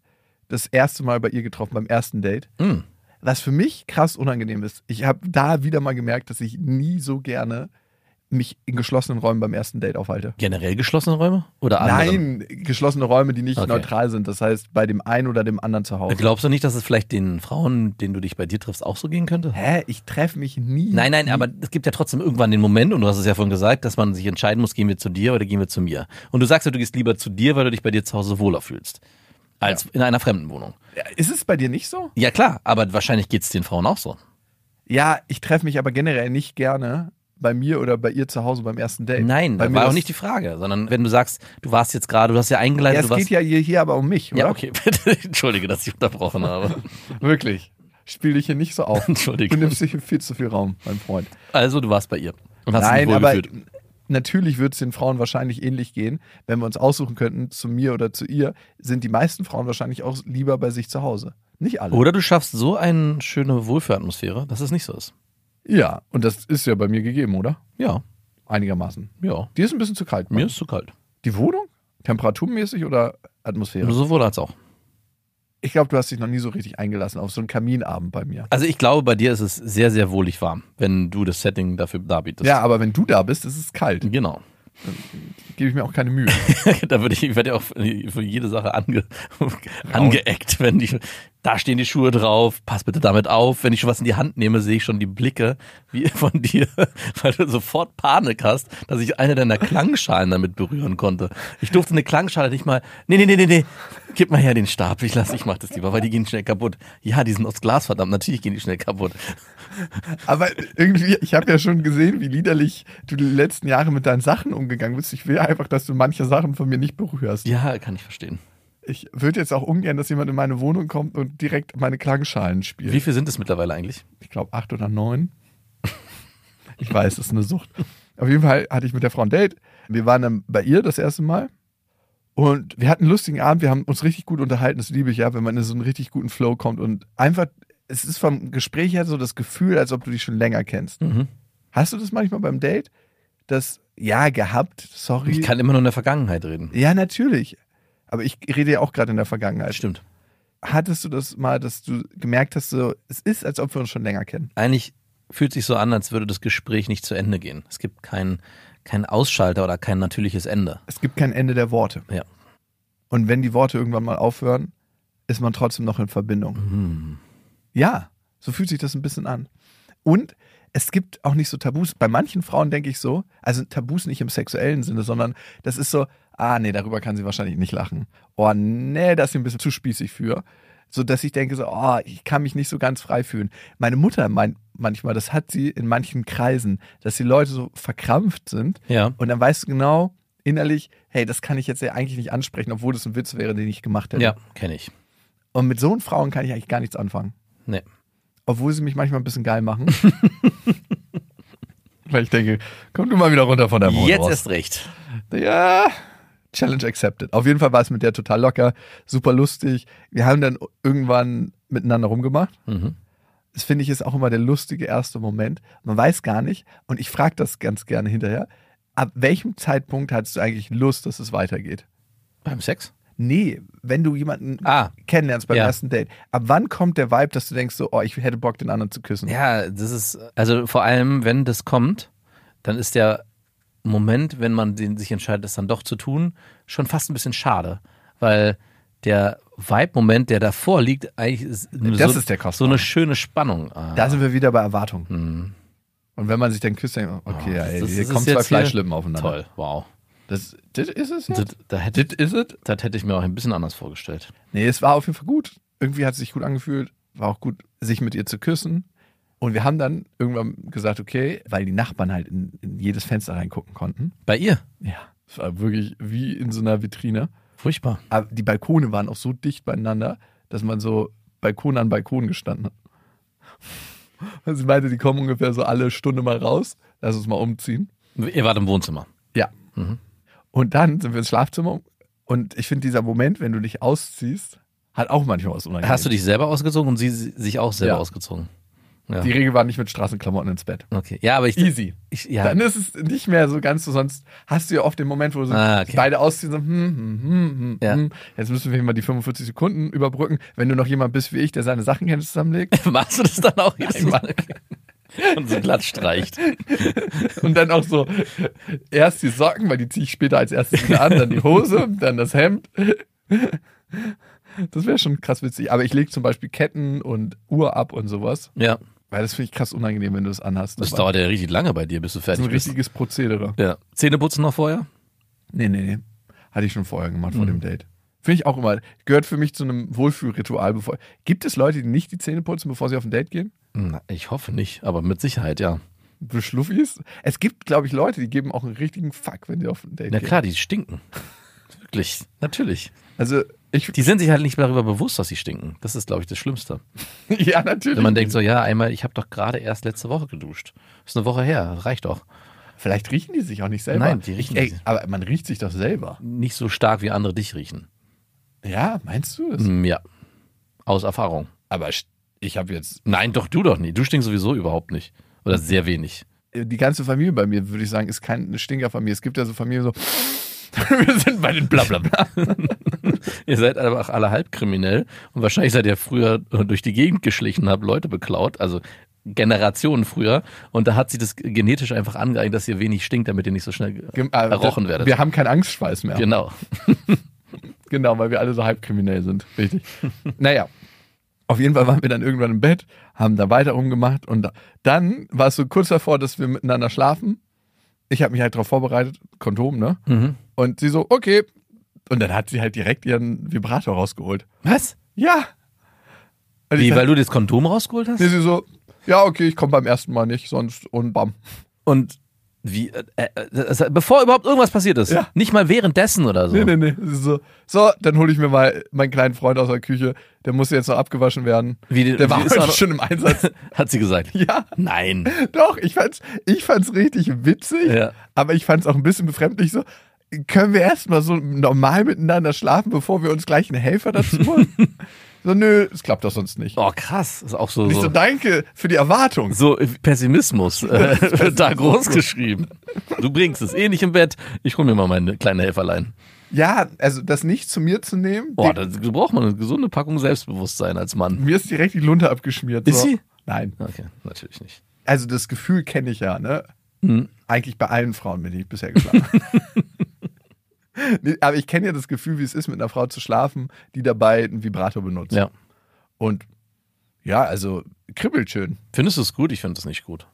[SPEAKER 4] das erste Mal bei ihr getroffen, beim ersten Date.
[SPEAKER 5] Mm.
[SPEAKER 4] Was für mich krass unangenehm ist. Ich habe da wieder mal gemerkt, dass ich nie so gerne mich in geschlossenen Räumen beim ersten Date aufhalte.
[SPEAKER 5] Generell geschlossene Räume? Oder andere?
[SPEAKER 4] Nein, geschlossene Räume, die nicht
[SPEAKER 5] Okay.
[SPEAKER 4] neutral sind. Das heißt, bei dem einen oder dem anderen zu Hause.
[SPEAKER 5] Glaubst du nicht, dass es vielleicht den Frauen, denen du dich bei dir triffst, auch so gehen könnte?
[SPEAKER 4] Hä? Ich treffe mich nie.
[SPEAKER 5] Nein, nein,
[SPEAKER 4] nie.
[SPEAKER 5] aber es gibt ja trotzdem irgendwann den Moment, und du hast es ja vorhin gesagt, dass man sich entscheiden muss, gehen wir zu dir oder gehen wir zu mir. Und du sagst ja, du gehst lieber zu dir, weil du dich bei dir zu Hause wohler fühlst. Als in einer fremden Wohnung.
[SPEAKER 4] Ist es bei dir nicht so?
[SPEAKER 5] Ja klar, aber wahrscheinlich geht es den Frauen auch so.
[SPEAKER 4] Ja, ich treffe mich aber generell nicht gerne bei mir oder bei ihr zu Hause beim ersten Date.
[SPEAKER 5] Nein,
[SPEAKER 4] bei
[SPEAKER 5] das
[SPEAKER 4] mir
[SPEAKER 5] war auch
[SPEAKER 4] das-
[SPEAKER 5] nicht die Frage, sondern wenn du sagst, du warst jetzt gerade, du hast ja
[SPEAKER 4] Ja,
[SPEAKER 5] eingeleitet,
[SPEAKER 4] es
[SPEAKER 5] du warst.
[SPEAKER 4] geht ja hier, hier aber um mich, oder?
[SPEAKER 5] ja, okay, bitte. Entschuldige, dass ich unterbrochen habe.
[SPEAKER 4] Wirklich. Spiel dich hier nicht so auf.
[SPEAKER 5] Entschuldige.
[SPEAKER 4] Du nimmst dich hier viel zu viel Raum, mein Freund.
[SPEAKER 5] Also, du warst bei ihr. Und hast dich
[SPEAKER 4] Nein, aber
[SPEAKER 5] wohlgefühlt.
[SPEAKER 4] natürlich wird es den Frauen wahrscheinlich ähnlich gehen. Wenn wir uns aussuchen könnten, zu mir oder zu ihr, sind die meisten Frauen wahrscheinlich auch lieber bei sich zu Hause. Nicht alle.
[SPEAKER 5] Oder du schaffst so eine schöne Wohlfühlatmosphäre, dass es nicht so ist.
[SPEAKER 4] Ja, und das ist ja bei mir gegeben, oder?
[SPEAKER 5] Ja,
[SPEAKER 4] Einigermaßen.
[SPEAKER 5] ja.
[SPEAKER 4] Die ist ein bisschen zu kalt.
[SPEAKER 5] Mir
[SPEAKER 4] Mann.
[SPEAKER 5] ist zu kalt.
[SPEAKER 4] Die Wohnung? Temperaturmäßig oder Atmosphäre?
[SPEAKER 5] Sowohl als auch.
[SPEAKER 4] Ich glaube, du hast dich noch nie so richtig eingelassen auf so einen Kaminabend bei mir.
[SPEAKER 5] Also ich glaube, bei dir ist es sehr, sehr wohlig warm, wenn du das Setting dafür darbietest.
[SPEAKER 4] ja, aber wenn du da bist, ist es kalt.
[SPEAKER 5] Genau.
[SPEAKER 4] Gebe ich mir auch keine Mühe.
[SPEAKER 5] da würde ich, ich werde ja auch für jede Sache ange, angeeckt, wenn die, da stehen die Schuhe drauf, pass bitte damit auf. Wenn ich schon was in die Hand nehme, sehe ich schon die Blicke wie von dir, weil du sofort Panik hast, dass ich eine deiner Klangschalen damit berühren konnte. Ich durfte eine Klangschale nicht mal, nee, nee, nee, nee, nee, gib mal her den Stab, ich lass, ich mach das lieber, weil die gehen schnell kaputt. Ja, die sind aus Glas, verdammt, natürlich gehen die schnell kaputt.
[SPEAKER 4] aber irgendwie, ich habe ja schon gesehen, wie liederlich du die letzten Jahre mit deinen Sachen umgegangen bist. Ich will einfach, dass du manche Sachen von mir nicht berührst.
[SPEAKER 5] Ja, kann ich verstehen.
[SPEAKER 4] Ich würde jetzt auch ungern, dass jemand in meine Wohnung kommt und direkt meine Klangschalen spielt.
[SPEAKER 5] Wie viel sind es mittlerweile eigentlich?
[SPEAKER 4] Ich glaube acht oder neun. Ich weiß, das ist eine Sucht. Auf jeden Fall hatte ich mit der Frau ein Date. Wir waren dann bei ihr das erste Mal. Und wir hatten einen lustigen Abend, wir haben uns richtig gut unterhalten. Das liebe ich ja, wenn man in so einen richtig guten Flow kommt. Und einfach, es ist vom Gespräch her so das Gefühl, als ob du dich schon länger kennst.
[SPEAKER 5] Mhm.
[SPEAKER 4] Hast du das manchmal beim Date? Das, ja, gehabt, sorry.
[SPEAKER 5] Ich kann immer nur in der Vergangenheit reden.
[SPEAKER 4] ja, natürlich. Aber ich rede ja auch gerade in der Vergangenheit.
[SPEAKER 5] Stimmt.
[SPEAKER 4] Hattest du das mal, dass du gemerkt hast, so, es ist, als ob wir uns schon länger kennen?
[SPEAKER 5] Eigentlich fühlt sich so an, als würde das Gespräch nicht zu Ende gehen. Es gibt keinen kein Ausschalter oder kein natürliches Ende.
[SPEAKER 4] Es gibt kein Ende der Worte.
[SPEAKER 5] Ja.
[SPEAKER 4] Und wenn die Worte irgendwann mal aufhören, ist man trotzdem noch in Verbindung.
[SPEAKER 5] Mhm.
[SPEAKER 4] Ja, so fühlt sich das ein bisschen an. Und es gibt auch nicht so Tabus. Bei manchen Frauen denke ich so, also Tabus nicht im sexuellen Sinne, sondern das ist so, ah nee, darüber kann sie wahrscheinlich nicht lachen. Oh nee, das ist sie ein bisschen zu spießig für. So dass ich denke so, oh, ich kann mich nicht so ganz frei fühlen. Meine Mutter meint manchmal, das hat sie in manchen Kreisen, dass die Leute so verkrampft sind
[SPEAKER 5] Ja.
[SPEAKER 4] und dann weißt du genau innerlich, hey, das kann ich jetzt ja eigentlich nicht ansprechen, obwohl das ein Witz wäre, den ich gemacht hätte.
[SPEAKER 5] Ja, kenne ich.
[SPEAKER 4] Und mit so einen Frauen kann ich eigentlich gar nichts anfangen.
[SPEAKER 5] Nee.
[SPEAKER 4] Obwohl sie mich manchmal ein bisschen geil machen. Weil ich denke, komm du mal wieder runter von deinem Mond
[SPEAKER 5] Jetzt
[SPEAKER 4] raus.
[SPEAKER 5] erst recht.
[SPEAKER 4] Ja. Challenge accepted. Auf jeden Fall war es mit der total locker, super lustig. Wir haben dann irgendwann miteinander rumgemacht.
[SPEAKER 5] Mhm.
[SPEAKER 4] Das finde ich ist auch immer der lustige erste Moment. Man weiß gar nicht, und ich frage das ganz gerne hinterher, ab welchem Zeitpunkt hattest du eigentlich Lust, dass es weitergeht?
[SPEAKER 5] Beim Sex?
[SPEAKER 4] Nee, wenn du jemanden
[SPEAKER 5] Ah.
[SPEAKER 4] kennenlernst beim
[SPEAKER 5] Ja.
[SPEAKER 4] ersten Date, ab wann kommt der Vibe, dass du denkst, so, oh, ich hätte Bock, den anderen zu küssen?
[SPEAKER 5] Ja, das ist, also vor allem, wenn das kommt, dann ist der Moment, wenn man den, sich entscheidet, das dann doch zu tun, schon fast ein bisschen schade. Weil der Vibe-Moment, der davor liegt, eigentlich ist,
[SPEAKER 4] Das
[SPEAKER 5] so,
[SPEAKER 4] ist der
[SPEAKER 5] so
[SPEAKER 4] kostbare.
[SPEAKER 5] eine schöne Spannung. Ah.
[SPEAKER 4] Da sind wir wieder bei Erwartungen. Und wenn man sich dann küsst, denkt man, okay, ja, ey,
[SPEAKER 5] Mhm. Oh, Das
[SPEAKER 4] hier
[SPEAKER 5] ist
[SPEAKER 4] kommen
[SPEAKER 5] jetzt
[SPEAKER 4] zwei
[SPEAKER 5] hier-
[SPEAKER 4] Fleischlippen aufeinander.
[SPEAKER 5] Toll, wow.
[SPEAKER 4] Das, das ist es
[SPEAKER 5] Das,
[SPEAKER 4] jetzt?
[SPEAKER 5] da hätte,
[SPEAKER 4] Das ist es?
[SPEAKER 5] das hätte ich mir auch ein bisschen anders vorgestellt.
[SPEAKER 4] Nee, es war auf jeden Fall gut. Irgendwie hat es sich gut angefühlt. War auch gut, sich mit ihr zu küssen. Und wir haben dann irgendwann gesagt, okay, weil die Nachbarn halt in, in jedes Fenster reingucken konnten.
[SPEAKER 5] Bei ihr?
[SPEAKER 4] Ja, es war wirklich wie in so einer Vitrine.
[SPEAKER 5] Furchtbar.
[SPEAKER 4] Aber die Balkone waren auch so dicht beieinander, dass man so Balkon an Balkon gestanden hat. Und sie meinte, die kommen ungefähr so alle Stunde mal raus. Lass uns mal umziehen.
[SPEAKER 5] Ihr wart im Wohnzimmer.
[SPEAKER 4] Ja.
[SPEAKER 5] Mhm.
[SPEAKER 4] Und dann sind wir ins Schlafzimmer. Und ich finde, dieser Moment, wenn du dich ausziehst, hat auch manchmal was Unangenehmes.
[SPEAKER 5] Hast du dich selber ausgezogen und sie sie- sich auch selber
[SPEAKER 4] Ja.
[SPEAKER 5] ausgezogen? Ja.
[SPEAKER 4] Die Regel war nicht mit Straßenklamotten ins Bett.
[SPEAKER 5] Okay. Ja, aber ich.
[SPEAKER 4] Easy.
[SPEAKER 5] Ich, ja.
[SPEAKER 4] Dann ist es nicht mehr so ganz so, sonst hast du ja oft den Moment, wo so
[SPEAKER 5] Ah, okay.
[SPEAKER 4] beide ausziehen, so, hm, hm, hm, hm,
[SPEAKER 5] Ja.
[SPEAKER 4] hm. Jetzt müssen wir mal die 45 Sekunden überbrücken. Wenn du noch jemand bist wie ich, der seine Sachen kennt, zusammenlegt
[SPEAKER 5] Machst du das dann auch jedes
[SPEAKER 4] Nein,
[SPEAKER 5] Mal? Und so glatt streicht.
[SPEAKER 4] und dann auch so erst die Socken, weil die ziehe ich später als erstes wieder an, dann die Hose, dann das Hemd. Das wäre schon krass witzig. Aber ich lege zum Beispiel Ketten und Uhr ab und sowas,
[SPEAKER 5] Ja.
[SPEAKER 4] weil das finde ich krass unangenehm, wenn du das anhast.
[SPEAKER 5] Das
[SPEAKER 4] Aber
[SPEAKER 5] dauert ja richtig lange bei dir, bis du
[SPEAKER 4] das ist
[SPEAKER 5] fertig
[SPEAKER 4] ein
[SPEAKER 5] bist.
[SPEAKER 4] richtiges Prozedere.
[SPEAKER 5] Ja. Zähne putzen noch vorher?
[SPEAKER 4] Nee, nee, nee. Hatte ich schon vorher gemacht
[SPEAKER 5] Hm.
[SPEAKER 4] vor dem Date. Finde ich auch immer. Gehört für mich zu einem Wohlfühlritual. Bevor Gibt es Leute, die nicht die Zähne putzen, bevor sie auf ein Date gehen?
[SPEAKER 5] Na, ich hoffe nicht, aber mit Sicherheit, ja.
[SPEAKER 4] Beschluffis? Es gibt, glaube ich, Leute, die geben auch einen richtigen Fuck, wenn sie auf ein Date
[SPEAKER 5] Na
[SPEAKER 4] gehen.
[SPEAKER 5] klar, die stinken. Wirklich, natürlich.
[SPEAKER 4] Also, ich.
[SPEAKER 5] Die sind sich halt nicht darüber bewusst, dass sie stinken. Das ist, glaube ich, das Schlimmste.
[SPEAKER 4] ja, natürlich.
[SPEAKER 5] Wenn man denkt so, ja, einmal, ich habe doch gerade erst letzte Woche geduscht. Ist eine Woche her, reicht doch.
[SPEAKER 4] Vielleicht riechen die sich auch nicht selber.
[SPEAKER 5] Nein, die riechen
[SPEAKER 4] ich, ey,
[SPEAKER 5] sich.
[SPEAKER 4] Aber man riecht sich doch selber.
[SPEAKER 5] Nicht so stark, wie andere dich riechen.
[SPEAKER 4] Ja, meinst du das?
[SPEAKER 5] Hm, Ja, aus Erfahrung.
[SPEAKER 4] Aber st- ich habe jetzt.
[SPEAKER 5] Nein, doch du doch nie. Du stinkst sowieso überhaupt nicht. Oder sehr wenig.
[SPEAKER 4] äh, Die ganze Familie bei mir, würde ich sagen, ist keine Stinkerfamilie. Es gibt ja so Familien so. Wir sind bei den Blablabla.
[SPEAKER 5] Ihr seid aber auch alle halb kriminell und wahrscheinlich seid ihr früher äh, durch die Gegend geschlichen, habt Leute beklaut, also Generationen früher. Und da hat sich das genetisch einfach angeeignet, dass ihr wenig stinkt, damit ihr nicht so schnell
[SPEAKER 4] Gem-
[SPEAKER 5] ge-
[SPEAKER 4] äh,
[SPEAKER 5] errochen
[SPEAKER 4] das-
[SPEAKER 5] werdet.
[SPEAKER 4] Wir haben keinen Angstschweiß mehr.
[SPEAKER 5] Genau.
[SPEAKER 4] Genau, weil wir alle so halbkriminell sind. Richtig. naja. Auf jeden Fall waren wir dann irgendwann im Bett, haben da weiter rumgemacht und da, dann war es so kurz davor, dass wir miteinander schlafen. Ich habe mich halt darauf vorbereitet, Kondom, ne?
[SPEAKER 5] Mhm.
[SPEAKER 4] Und sie so, okay. Und dann hat sie halt direkt ihren Vibrator rausgeholt.
[SPEAKER 5] Was?
[SPEAKER 4] Ja. Und ich
[SPEAKER 5] Wie, weil
[SPEAKER 4] sag,
[SPEAKER 5] du das Kondom rausgeholt
[SPEAKER 4] nee,
[SPEAKER 5] hast?
[SPEAKER 4] sie so, ja, okay, ich komme beim ersten Mal nicht, sonst und bam.
[SPEAKER 5] Und wie, äh, äh, das- bevor überhaupt irgendwas passiert ist.
[SPEAKER 4] Ja.
[SPEAKER 5] Nicht mal währenddessen oder so.
[SPEAKER 4] Nee, nee, nee. Sie so, so, dann hole ich mir mal meinen kleinen Freund aus der Küche. Der muss jetzt noch abgewaschen werden.
[SPEAKER 5] Wie,
[SPEAKER 4] der war
[SPEAKER 5] wie ist er
[SPEAKER 4] heute
[SPEAKER 5] noch-
[SPEAKER 4] schon im Einsatz.
[SPEAKER 5] Hat sie gesagt.
[SPEAKER 4] Ja.
[SPEAKER 5] Nein.
[SPEAKER 4] Doch, ich fand's, ich fand's richtig witzig,
[SPEAKER 5] Ja.
[SPEAKER 4] aber ich fand's auch ein bisschen befremdlich so. Können wir erstmal so normal miteinander schlafen, bevor wir uns gleich einen Helfer dazu holen? so, nö, es klappt doch sonst nicht.
[SPEAKER 5] Oh, krass. Ist auch so.
[SPEAKER 4] Nicht so,
[SPEAKER 5] so.
[SPEAKER 4] danke für die Erwartung.
[SPEAKER 5] So, Pessimismus äh, wird da groß geschrieben. Du bringst es eh nicht im Bett. Ich hole mir mal meine kleine Helferlein.
[SPEAKER 4] Ja, also das nicht zu mir zu nehmen,
[SPEAKER 5] Boah,
[SPEAKER 4] die,
[SPEAKER 5] da braucht man eine gesunde Packung Selbstbewusstsein als Mann.
[SPEAKER 4] mir ist direkt die Lunte abgeschmiert. So.
[SPEAKER 5] Ist sie?
[SPEAKER 4] Nein.
[SPEAKER 5] Okay, natürlich nicht.
[SPEAKER 4] Also das Gefühl kenne ich ja, ne? Eigentlich bei allen Frauen, mit denen ich bisher geschlafen habe. nee, aber ich kenne ja das Gefühl, wie es ist, mit einer Frau zu schlafen, die dabei einen Vibrator benutzt.
[SPEAKER 5] Ja.
[SPEAKER 4] Und ja, also kribbelt schön.
[SPEAKER 5] Findest du es gut? Ich finde es nicht gut.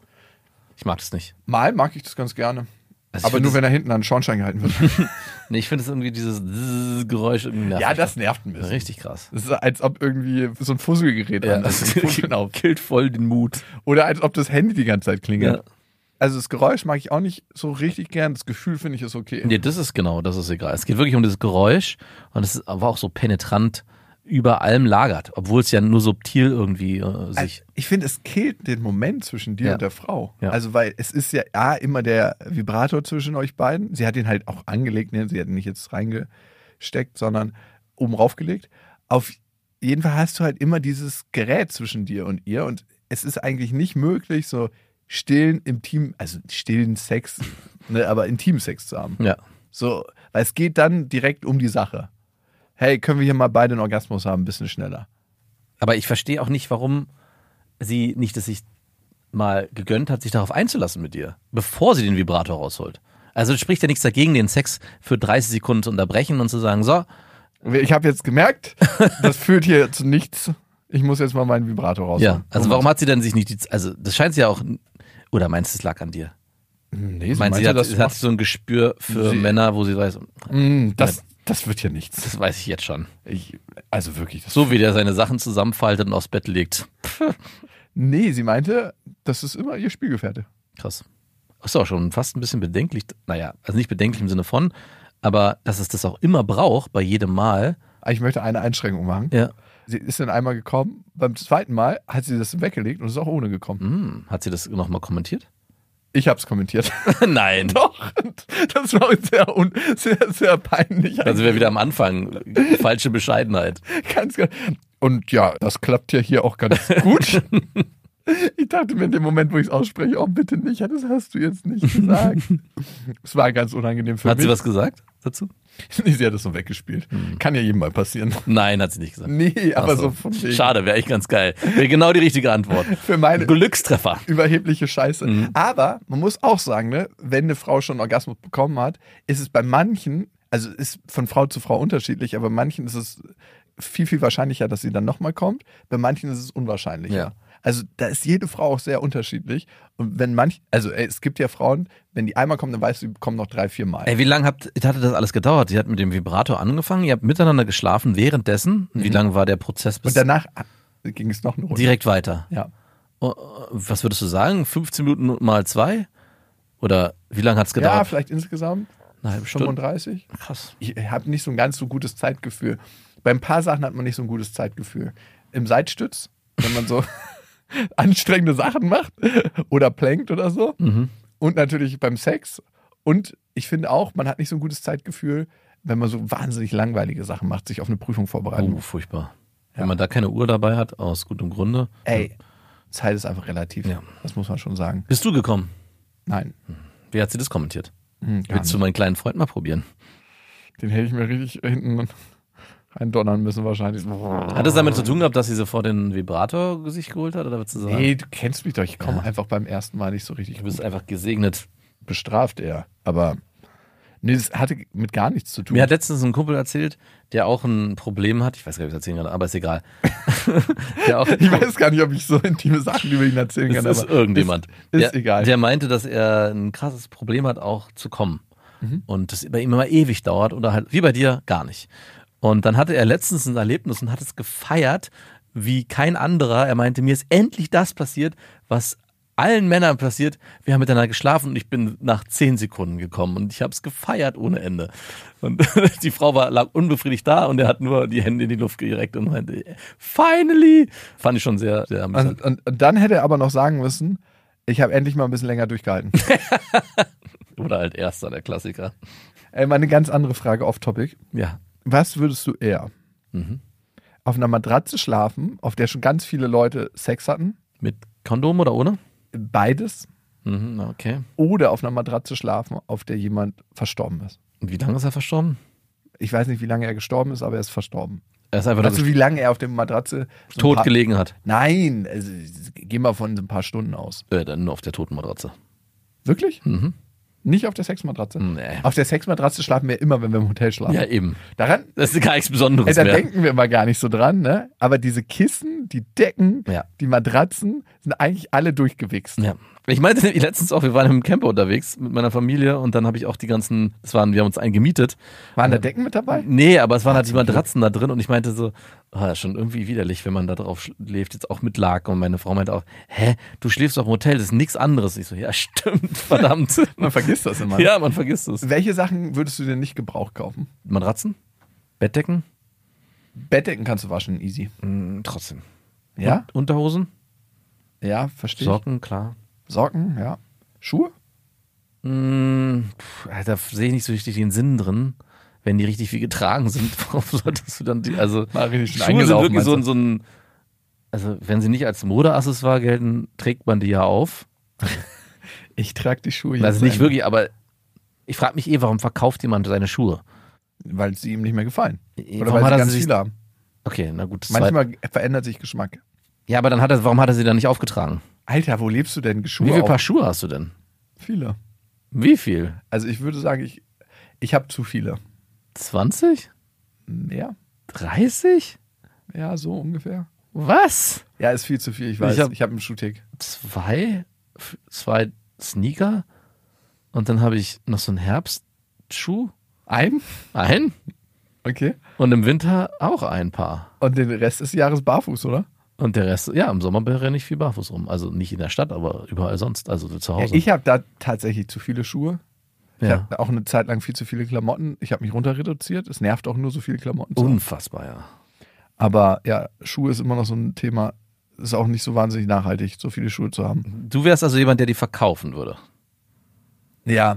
[SPEAKER 5] Ich mag es nicht.
[SPEAKER 4] Mal mag ich das ganz gerne.
[SPEAKER 5] Also ich
[SPEAKER 4] aber
[SPEAKER 5] find
[SPEAKER 4] nur
[SPEAKER 5] das-
[SPEAKER 4] wenn er hinten an den Schornstein gehalten wird.
[SPEAKER 5] Nee, ich finde es irgendwie dieses Zzzz Geräusch irgendwie nervig.
[SPEAKER 4] ja, das nervt ein bisschen.
[SPEAKER 5] richtig krass.
[SPEAKER 4] Das ist, als ob irgendwie so ein Fusselgerät
[SPEAKER 5] Ja,
[SPEAKER 4] an
[SPEAKER 5] das
[SPEAKER 4] ist.
[SPEAKER 5] genau. killt voll den Mut.
[SPEAKER 4] Oder als ob das Handy die ganze Zeit klingelt.
[SPEAKER 5] Ja.
[SPEAKER 4] Also das Geräusch mag ich auch nicht so richtig gern. Das Gefühl finde ich ist okay.
[SPEAKER 5] Nee, das ist genau, das ist egal. Es geht wirklich um dieses Geräusch und es ist aber auch so penetrant über allem lagert, obwohl es ja nur subtil irgendwie äh, sich.
[SPEAKER 4] Also, ich finde, es killt den Moment zwischen dir
[SPEAKER 5] Ja.
[SPEAKER 4] und der Frau.
[SPEAKER 5] Ja.
[SPEAKER 4] Also, weil es ist ja A, immer der Vibrator zwischen euch beiden. Sie hat ihn halt auch angelegt, ne? sie hat ihn nicht jetzt reingesteckt, sondern oben raufgelegt. Auf jeden Fall hast du halt immer dieses Gerät zwischen dir und ihr und es ist eigentlich nicht möglich, so stillen, intim, also stillen Sex, ne, aber intim Sex zu haben.
[SPEAKER 5] ja.
[SPEAKER 4] So, weil es geht dann direkt um die Sache. Hey, können wir hier mal beide einen Orgasmus haben, ein bisschen schneller?
[SPEAKER 5] Aber ich verstehe auch nicht, warum sie nicht es sich mal gegönnt hat, sich darauf einzulassen mit dir, bevor sie den Vibrator rausholt. Also es spricht ja nichts dagegen, den Sex für 30 Sekunden zu unterbrechen und zu sagen, so,
[SPEAKER 4] Ich habe jetzt gemerkt, das führt hier zu nichts. Ich muss jetzt mal meinen Vibrator Oh, raus.
[SPEAKER 5] also ja. Also warum hat sie denn sich nicht die, also das scheint sie ja auch, oder meinst du, es lag an dir?
[SPEAKER 4] Nee,
[SPEAKER 5] Ich meine, sie
[SPEAKER 4] meinte,
[SPEAKER 5] hat,
[SPEAKER 4] das
[SPEAKER 5] sie
[SPEAKER 4] macht-
[SPEAKER 5] hat so ein Gespür für
[SPEAKER 4] Sie-
[SPEAKER 5] Männer, wo sie weiß,
[SPEAKER 4] Mm, das, das wird hier nichts.
[SPEAKER 5] das weiß ich jetzt schon.
[SPEAKER 4] Ich, also wirklich. Das
[SPEAKER 5] So wie der seine Sachen zusammenfaltet und aufs Bett legt.
[SPEAKER 4] nee, sie meinte, das ist immer ihr Spielgefährte.
[SPEAKER 5] Krass. Ist auch schon fast ein bisschen bedenklich. Naja, also nicht bedenklich im Sinne von, aber dass es das auch immer braucht, bei jedem Mal.
[SPEAKER 4] Aber Ah, Ich möchte eine Einschränkung machen.
[SPEAKER 5] Ja.
[SPEAKER 4] Sie ist dann einmal gekommen, beim zweiten Mal hat sie das weggelegt und ist auch ohne gekommen.
[SPEAKER 5] Hm, hat sie das nochmal kommentiert?
[SPEAKER 4] Ich habe es kommentiert.
[SPEAKER 5] Nein.
[SPEAKER 4] Doch, und das war uns sehr, un sehr, sehr peinlich.
[SPEAKER 5] Dann sind wir Also wieder am Anfang. Falsche Bescheidenheit.
[SPEAKER 4] Ganz, ganz. Und ja, das klappt ja hier auch ganz gut. Ich dachte mir in dem Moment, wo ich es ausspreche, oh bitte nicht, ja, das hast du jetzt nicht gesagt. es war ganz unangenehm für
[SPEAKER 5] Hat
[SPEAKER 4] mich.
[SPEAKER 5] sie was gesagt dazu?
[SPEAKER 4] Nee, sie hat es so weggespielt. Kann ja jedem mal passieren.
[SPEAKER 5] Nein, hat sie nicht gesagt.
[SPEAKER 4] Nee, aber
[SPEAKER 5] Ach
[SPEAKER 4] so, von wegen.
[SPEAKER 5] Schade, wäre echt ganz geil. Wäre genau die richtige Antwort.
[SPEAKER 4] Für meine
[SPEAKER 5] Glückstreffer.
[SPEAKER 4] überhebliche Scheiße.
[SPEAKER 5] Mhm.
[SPEAKER 4] Aber man muss auch sagen, ne, wenn eine Frau schon einen Orgasmus bekommen hat, ist es bei manchen, also ist von Frau zu Frau unterschiedlich, aber bei manchen ist es viel, viel wahrscheinlicher, dass sie dann nochmal kommt. Bei manchen ist es unwahrscheinlicher.
[SPEAKER 5] Ja.
[SPEAKER 4] Also da ist jede Frau auch sehr unterschiedlich. Und wenn manch, also ey, es gibt ja Frauen, wenn die einmal kommen, dann weißt du, die kommen noch drei, vier Mal.
[SPEAKER 5] Ey, wie lange habt, hatte das alles gedauert? Sie hat mit dem Vibrator angefangen, ihr habt miteinander geschlafen währenddessen. Wie lange war der Prozess bis
[SPEAKER 4] Und danach ah, ging es noch eine Runde.
[SPEAKER 5] direkt weiter?
[SPEAKER 4] Ja.
[SPEAKER 5] Oh, Was würdest du sagen? 15 Minuten mal zwei? Oder wie lange hat's
[SPEAKER 4] ja,
[SPEAKER 5] gedauert?
[SPEAKER 4] vielleicht insgesamt
[SPEAKER 5] Eine halbe Stunde.
[SPEAKER 4] 35.
[SPEAKER 5] Krass.
[SPEAKER 4] ich habe nicht so ein ganz so gutes Zeitgefühl. Bei ein paar Sachen hat man nicht so ein gutes Zeitgefühl. Im Seitstütz, wenn man so anstrengende Sachen macht oder plankt oder so.
[SPEAKER 5] Mhm.
[SPEAKER 4] Und natürlich beim Sex. Und ich finde auch, man hat nicht so ein gutes Zeitgefühl, wenn man so wahnsinnig langweilige Sachen macht, sich auf eine Prüfung vorbereiten.
[SPEAKER 5] Oh, furchtbar. Wenn man da keine Uhr dabei hat, aus gutem Grunde.
[SPEAKER 4] Ey, Zeit ist einfach relativ.
[SPEAKER 5] Ja.
[SPEAKER 4] Das muss man schon sagen.
[SPEAKER 5] Bist du gekommen?
[SPEAKER 4] Nein.
[SPEAKER 5] Wie hat sie das kommentiert?
[SPEAKER 4] Hm, gar
[SPEAKER 5] Willst du meinen kleinen Freund mal probieren?
[SPEAKER 4] nicht. Den hätte ich mir richtig hinten reindonnern müssen wahrscheinlich.
[SPEAKER 5] Hat es damit zu tun gehabt, dass sie sofort den Vibrator sich geholt hat? Oder würdest du sagen,
[SPEAKER 4] Nee, du kennst mich doch. Ich komme einfach beim ersten Mal nicht so richtig
[SPEAKER 5] du bist einfach gesegnet?
[SPEAKER 4] bestraft er. Aber nee, das hatte mit gar nichts zu tun.
[SPEAKER 5] Mir hat letztens ein Kumpel erzählt, der auch ein Problem hat. Ich weiß gar nicht, ob ich das erzählen kann, aber ist egal. der auch,
[SPEAKER 4] ich weiß gar nicht, ob ich so intime Sachen über ihn erzählen
[SPEAKER 5] es
[SPEAKER 4] kann.
[SPEAKER 5] ist
[SPEAKER 4] aber
[SPEAKER 5] irgendjemand.
[SPEAKER 4] Ist, ist
[SPEAKER 5] der,
[SPEAKER 4] egal.
[SPEAKER 5] Der meinte, dass er ein krasses Problem hat, auch zu kommen.
[SPEAKER 4] Mhm.
[SPEAKER 5] Und das bei ihm immer ewig dauert oder halt, wie bei dir, gar nicht. Und dann hatte er letztens ein Erlebnis und hat es gefeiert, wie kein anderer. Er meinte, mir ist endlich das passiert, was allen Männern passiert. Wir haben miteinander geschlafen und ich bin nach zehn Sekunden gekommen und ich habe es gefeiert ohne Ende. Und die Frau war, lag unbefriedigt da und er hat nur die Hände in die Luft gereckt und meinte, finally! Fand ich schon sehr, sehr amüsant.
[SPEAKER 4] und, und, und dann hätte er aber noch sagen müssen, ich habe endlich mal ein bisschen länger durchgehalten.
[SPEAKER 5] Oder halt erster, der Klassiker.
[SPEAKER 4] Ey, mal eine ganz andere Frage off-topic.
[SPEAKER 5] Ja.
[SPEAKER 4] Was würdest du eher?
[SPEAKER 5] Mhm.
[SPEAKER 4] Auf einer Matratze schlafen, auf der schon ganz viele Leute Sex hatten?
[SPEAKER 5] Mit Kondom oder ohne?
[SPEAKER 4] Beides?
[SPEAKER 5] Mhm, okay.
[SPEAKER 4] Oder auf einer Matratze schlafen, auf der jemand verstorben ist?
[SPEAKER 5] Und wie lange ist er verstorben?
[SPEAKER 4] Ich weiß nicht, wie lange er gestorben ist, aber er ist verstorben.
[SPEAKER 5] Er ist einfach
[SPEAKER 4] Also
[SPEAKER 5] nur
[SPEAKER 4] wie lange er auf der Matratze so ein
[SPEAKER 5] tot
[SPEAKER 4] paar-
[SPEAKER 5] gelegen hat.
[SPEAKER 4] Nein, also, gehen wir von ein paar Stunden aus.
[SPEAKER 5] Äh, dann nur auf der Totenmatratze.
[SPEAKER 4] Wirklich?
[SPEAKER 5] Mhm.
[SPEAKER 4] Nicht auf der Sexmatratze?
[SPEAKER 5] Nee.
[SPEAKER 4] Auf der Sexmatratze schlafen wir immer, wenn wir im Hotel schlafen.
[SPEAKER 5] Ja, eben.
[SPEAKER 4] Daran,
[SPEAKER 5] Das ist gar nichts
[SPEAKER 4] ey,
[SPEAKER 5] Besonderes
[SPEAKER 4] da
[SPEAKER 5] mehr.
[SPEAKER 4] denken wir immer gar nicht so dran, ne? Aber diese Kissen, die Decken,
[SPEAKER 5] Ja.
[SPEAKER 4] die Matratzen sind eigentlich alle durchgewichst.
[SPEAKER 5] Ja. Ich meinte nämlich letztens auch, wir waren im Camper unterwegs mit meiner Familie und dann habe ich auch die ganzen, es waren, wir haben uns Äh, einen gemietet.
[SPEAKER 4] Waren da Decken mit dabei?
[SPEAKER 5] Nee, aber es waren halt die
[SPEAKER 4] zum Glück.
[SPEAKER 5] Matratzen da drin und ich meinte so, ah, schon irgendwie widerlich, wenn man da drauf schläft, jetzt auch mit Laken. Und meine Frau meinte auch, hä, du schläfst auf dem Hotel, das ist nichts anderes. Ich so, ja, stimmt, verdammt.
[SPEAKER 4] Man vergisst das immer. ne?
[SPEAKER 5] ja, man vergisst es.
[SPEAKER 4] Welche Sachen würdest du denn nicht Gebrauch kaufen?
[SPEAKER 5] Matratzen, Bettdecken,
[SPEAKER 4] Bettdecken kannst du waschen, easy.
[SPEAKER 5] mh, trotzdem.
[SPEAKER 4] Ja?
[SPEAKER 5] Und Unterhosen,
[SPEAKER 4] Ja, verstehe ich.
[SPEAKER 5] Socken, klar.
[SPEAKER 4] Socken, ja. Schuhe?
[SPEAKER 5] Mh, pf, Mm, da sehe ich nicht so richtig den Sinn drin, wenn die richtig viel getragen sind. Warum solltest du dann die, also
[SPEAKER 4] Mal richtig schön
[SPEAKER 5] Schuhe sind
[SPEAKER 4] eingelaufen,
[SPEAKER 5] wirklich so, ein-
[SPEAKER 4] meinst
[SPEAKER 5] so ein, also wenn sie nicht als Modeaccessoire gelten, trägt man die ja auf.
[SPEAKER 4] Ich trage die Schuhe
[SPEAKER 5] Also nicht
[SPEAKER 4] ein,
[SPEAKER 5] wirklich, aber ich frage mich eh, warum verkauft jemand seine Schuhe?
[SPEAKER 4] Weil sie ihm nicht mehr gefallen. Oder
[SPEAKER 5] Warum
[SPEAKER 4] weil
[SPEAKER 5] hat
[SPEAKER 4] sie
[SPEAKER 5] er
[SPEAKER 4] ganz
[SPEAKER 5] sich-
[SPEAKER 4] viele haben.
[SPEAKER 5] Okay, na gut. das war-
[SPEAKER 4] Manchmal verändert sich Geschmack.
[SPEAKER 5] ja, aber dann hat er, warum hat er sie dann nicht aufgetragen?
[SPEAKER 4] Alter, wo lebst du denn? Schuhe
[SPEAKER 5] Wie viele
[SPEAKER 4] auf?
[SPEAKER 5] Paar Schuhe hast du denn?
[SPEAKER 4] Viele.
[SPEAKER 5] Wie viel?
[SPEAKER 4] Also ich würde sagen, ich, ich habe zu viele.
[SPEAKER 5] 20?
[SPEAKER 4] Mehr?
[SPEAKER 5] 30?
[SPEAKER 4] Ja, so ungefähr.
[SPEAKER 5] Was?
[SPEAKER 4] Ja, ist viel zu viel, ich weiß.
[SPEAKER 5] Ich
[SPEAKER 4] Ich
[SPEAKER 5] hab-
[SPEAKER 4] habe einen Schuhtick.
[SPEAKER 5] Zwei? F- Zwei Sneaker? Und dann habe ich noch so einen Herbstschuh.
[SPEAKER 4] Ein?
[SPEAKER 5] Ein.
[SPEAKER 4] Okay.
[SPEAKER 5] Und im Winter auch ein paar.
[SPEAKER 4] Und den Rest des Jahres barfuß, oder?
[SPEAKER 5] Und der Rest, ja, im Sommer renne ich viel barfuß rum. Also nicht in der Stadt, aber überall sonst. Also zu
[SPEAKER 4] Ja,
[SPEAKER 5] Hause.
[SPEAKER 4] ich habe da tatsächlich zu viele Schuhe. Ich
[SPEAKER 5] Ja.
[SPEAKER 4] habe auch eine Zeit lang viel zu viele Klamotten. Ich habe mich runter reduziert. Es nervt auch nur so viele Klamotten. zu haben.
[SPEAKER 5] Unfassbar, ja.
[SPEAKER 4] Aber ja, Schuhe ist immer noch so ein Thema. Ist auch nicht so wahnsinnig nachhaltig, so viele Schuhe zu haben.
[SPEAKER 5] Du wärst also jemand, der die verkaufen würde.
[SPEAKER 4] Ja.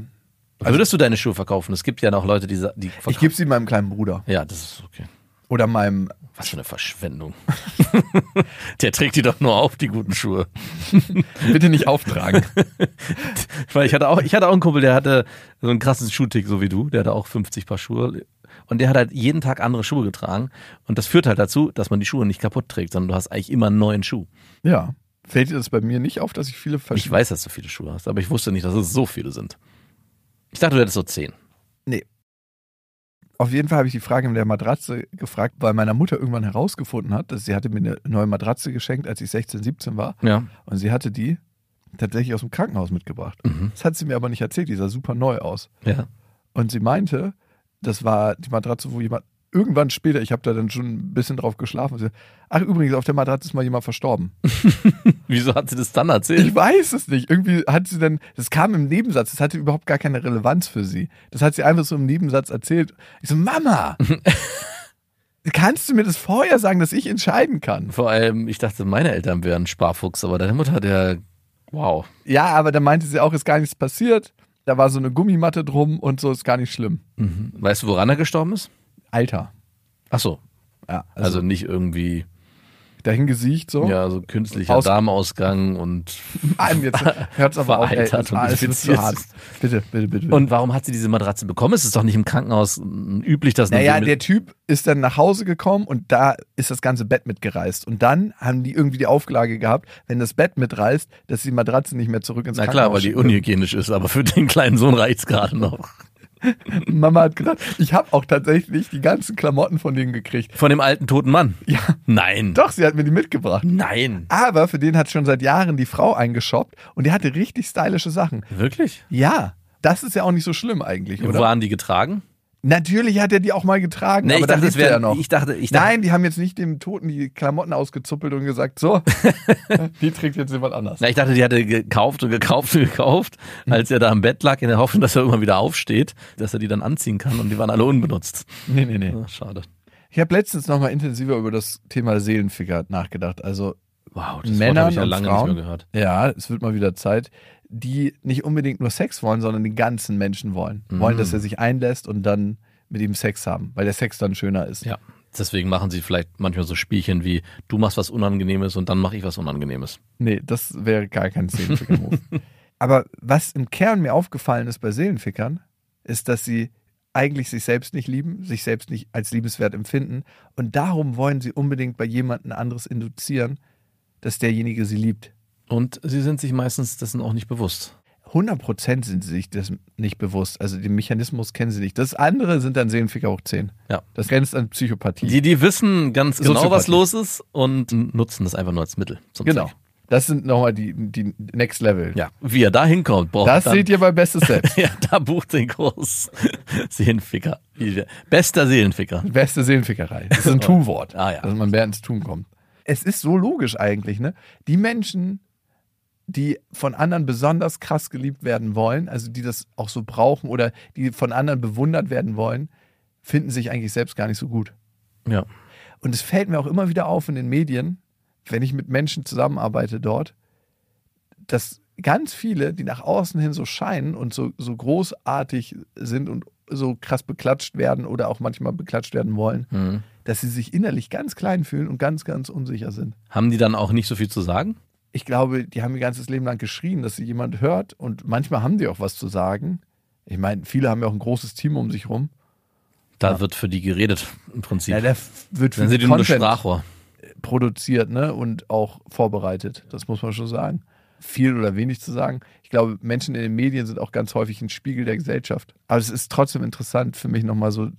[SPEAKER 5] Würdest du deine Schuhe verkaufen? Es gibt ja noch Leute, die, sa- die verkaufen.
[SPEAKER 4] Ich gebe sie meinem kleinen Bruder.
[SPEAKER 5] ja, das ist okay.
[SPEAKER 4] Oder meinem.
[SPEAKER 5] Was für eine Verschwendung. der trägt die doch nur auf, die guten Schuhe.
[SPEAKER 4] Bitte nicht auftragen.
[SPEAKER 5] Weil ich hatte auch, ich hatte auch einen Kumpel, der hatte so einen krassen Schuhtick, so wie du. Der hatte auch 50 Paar Schuhe. Und der hat halt jeden Tag andere Schuhe getragen. Und das führt halt dazu, dass man die Schuhe nicht kaputt trägt, sondern du hast eigentlich immer einen neuen Schuh.
[SPEAKER 4] ja. Fällt dir das bei mir nicht auf, dass ich viele
[SPEAKER 5] Ich
[SPEAKER 4] verschiedene.
[SPEAKER 5] weiß, dass du viele Schuhe hast, aber ich wusste nicht, dass es so viele sind. Ich dachte, du hättest so zehn.
[SPEAKER 4] Auf jeden Fall habe ich die Frage mit der Matratze gefragt, weil meine Mutter irgendwann herausgefunden hat, dass sie hatte mir eine neue Matratze geschenkt, als ich 16, 17 war.
[SPEAKER 5] Ja.
[SPEAKER 4] Und sie hatte die tatsächlich aus dem Krankenhaus mitgebracht.
[SPEAKER 5] Mhm.
[SPEAKER 4] Das hat sie mir aber nicht erzählt, die sah super neu aus.
[SPEAKER 5] Ja.
[SPEAKER 4] Und sie meinte, das war die Matratze, wo jemand irgendwann später, ich habe da dann schon ein bisschen drauf geschlafen, und sie, ach übrigens, auf der Matratze ist mal jemand verstorben.
[SPEAKER 5] Wieso hat sie das dann
[SPEAKER 4] Ich
[SPEAKER 5] erzählt?
[SPEAKER 4] weiß es nicht. Irgendwie hat sie dann, das kam im Nebensatz, das hatte überhaupt gar keine Relevanz für sie. Das hat sie einfach so im Nebensatz erzählt. Ich so, Mama, kannst du mir das vorher sagen, dass ich entscheiden kann?
[SPEAKER 5] Vor allem, ich dachte, meine Eltern wären Sparfuchs, aber deine Mutter, der, wow.
[SPEAKER 4] Ja, aber dann meinte sie auch, ist gar nichts passiert. Da war so eine Gummimatte drum und so ist gar nicht schlimm.
[SPEAKER 5] Mhm. Weißt du, woran er gestorben ist?
[SPEAKER 4] Alter.
[SPEAKER 5] Ach so,
[SPEAKER 4] Ja, also,
[SPEAKER 5] also nicht irgendwie,
[SPEAKER 4] dahin gesiegt so.
[SPEAKER 5] ja, so künstlicher
[SPEAKER 4] Aus-
[SPEAKER 5] Darmausgang und.
[SPEAKER 4] Mann, jetzt hört's aber auf. Ey,
[SPEAKER 5] Veraltert
[SPEAKER 4] jetzt,
[SPEAKER 5] und
[SPEAKER 4] ah, es ist zu
[SPEAKER 5] infiziert.
[SPEAKER 4] hart. Bitte, bitte, bitte. bitte.
[SPEAKER 5] Und warum hat sie diese Matratze bekommen? Es ist doch nicht im Krankenhaus m, üblich, dass man
[SPEAKER 4] naja,
[SPEAKER 5] so
[SPEAKER 4] der Typ ist dann nach Hause gekommen und da ist das ganze Bett mitgereist. Und dann haben die irgendwie die Auflage gehabt, wenn das Bett mitreißt, dass die Matratze nicht mehr zurück ins
[SPEAKER 5] Na klar,
[SPEAKER 4] Krankenhaus
[SPEAKER 5] weil die unhygienisch ist, aber für den kleinen Sohn reicht's gerade noch.
[SPEAKER 4] schicken. Mama hat gedacht, ich habe auch tatsächlich die ganzen Klamotten von denen gekriegt.
[SPEAKER 5] Von dem alten toten Mann?
[SPEAKER 4] Ja,
[SPEAKER 5] Nein.
[SPEAKER 4] doch, sie hat mir die mitgebracht.
[SPEAKER 5] Nein.
[SPEAKER 4] Aber für den hat schon seit Jahren die Frau eingeshoppt und die hatte richtig stylische Sachen.
[SPEAKER 5] Wirklich?
[SPEAKER 4] Ja, das ist ja auch nicht so schlimm eigentlich,
[SPEAKER 5] Wo
[SPEAKER 4] oder?
[SPEAKER 5] waren die getragen?
[SPEAKER 4] Natürlich hat er die auch mal getragen,
[SPEAKER 5] Nee,
[SPEAKER 4] aber
[SPEAKER 5] ich
[SPEAKER 4] dann
[SPEAKER 5] dachte, es
[SPEAKER 4] lebt er
[SPEAKER 5] wäre-
[SPEAKER 4] ja noch.
[SPEAKER 5] ich dachte- ich dachte-
[SPEAKER 4] Nein, die haben jetzt nicht dem Toten die Klamotten ausgezuppelt und gesagt, so, die trägt jetzt jemand anders.
[SPEAKER 5] Na, ich dachte, die hatte gekauft und gekauft und gekauft, als er da im Bett lag, in der Hoffnung, dass er irgendwann wieder aufsteht, dass er die dann anziehen kann und die waren alle unbenutzt.
[SPEAKER 4] Nee, nee, nee.
[SPEAKER 5] Ach, schade.
[SPEAKER 4] Ich habe letztens nochmal intensiver über das Thema Seelenficker nachgedacht. Also,
[SPEAKER 5] Wow, das Wort
[SPEAKER 4] Männern
[SPEAKER 5] habe ich ja
[SPEAKER 4] und
[SPEAKER 5] lange
[SPEAKER 4] Frauen?
[SPEAKER 5] nicht mehr gehört.
[SPEAKER 4] ja, es wird mal wieder Zeit, die nicht unbedingt nur Sex wollen, sondern den ganzen Menschen wollen. Wollen,
[SPEAKER 5] Mm.
[SPEAKER 4] dass er sich einlässt und dann mit ihm Sex haben, weil der Sex dann schöner ist.
[SPEAKER 5] Ja. Deswegen machen sie vielleicht manchmal so Spielchen wie, du machst was Unangenehmes und dann mache ich was Unangenehmes.
[SPEAKER 4] Nee, das wäre gar kein Seelenfickermove. Aber was im Kern mir aufgefallen ist bei Seelenfickern, ist, dass sie eigentlich sich selbst nicht lieben, sich selbst nicht als liebenswert empfinden und darum wollen sie unbedingt bei jemandem anderes induzieren, dass derjenige sie liebt.
[SPEAKER 5] Und sie sind sich meistens dessen auch nicht bewusst.
[SPEAKER 4] 100% sind sie sich das nicht bewusst. Also den Mechanismus kennen sie nicht. Das andere sind dann Seelenficker hoch 10.
[SPEAKER 5] Ja.
[SPEAKER 4] Das grenzt an Psychopathie.
[SPEAKER 5] Die, die wissen ganz genau, was
[SPEAKER 4] Soziopathie.
[SPEAKER 5] los ist und nutzen das einfach nur als Mittel. zum
[SPEAKER 4] genau.
[SPEAKER 5] Zweck.
[SPEAKER 4] Das sind nochmal die, die Next Level.
[SPEAKER 5] Ja. Wie er da hinkommt, braucht
[SPEAKER 4] Das
[SPEAKER 5] dann,
[SPEAKER 4] seht ihr bei Bestes Selbst.
[SPEAKER 5] Ja, da bucht den Kurs. Seelenficker. Bester Seelenficker.
[SPEAKER 4] Beste Seelenfickerei. Das ist ein Tu-Wort.
[SPEAKER 5] Ah, ja.
[SPEAKER 4] Dass man mehr ins Tun kommt. Es ist so logisch eigentlich, ne? Die Menschen, die von anderen besonders krass geliebt werden wollen, also die das auch so brauchen oder die von anderen bewundert werden wollen, finden sich eigentlich selbst gar nicht so gut.
[SPEAKER 5] Ja.
[SPEAKER 4] Und es fällt mir auch immer wieder auf in den Medien, wenn ich mit Menschen zusammenarbeite dort, dass ganz viele, die nach außen hin so scheinen und so, so großartig sind und so krass beklatscht werden oder auch manchmal beklatscht werden wollen,
[SPEAKER 5] Mhm.
[SPEAKER 4] dass sie sich innerlich ganz klein fühlen und ganz, ganz unsicher sind.
[SPEAKER 5] Haben die dann auch nicht so viel zu sagen?
[SPEAKER 4] Ich glaube, die haben ihr ganzes Leben lang geschrien, dass sie jemand hört und manchmal haben die auch was zu sagen. Ich meine, viele haben ja auch ein großes Team um sich rum.
[SPEAKER 5] Da wird für die geredet im Prinzip.
[SPEAKER 4] Ja, der f- wird für
[SPEAKER 5] dann sind die nur das
[SPEAKER 4] Content
[SPEAKER 5] Sprachrohr.
[SPEAKER 4] produziert ne? und auch vorbereitet. Das muss man schon sagen. Viel oder wenig zu sagen. Ich glaube, Menschen in den Medien sind auch ganz häufig ein Spiegel der Gesellschaft. Aber es ist trotzdem interessant für mich nochmal so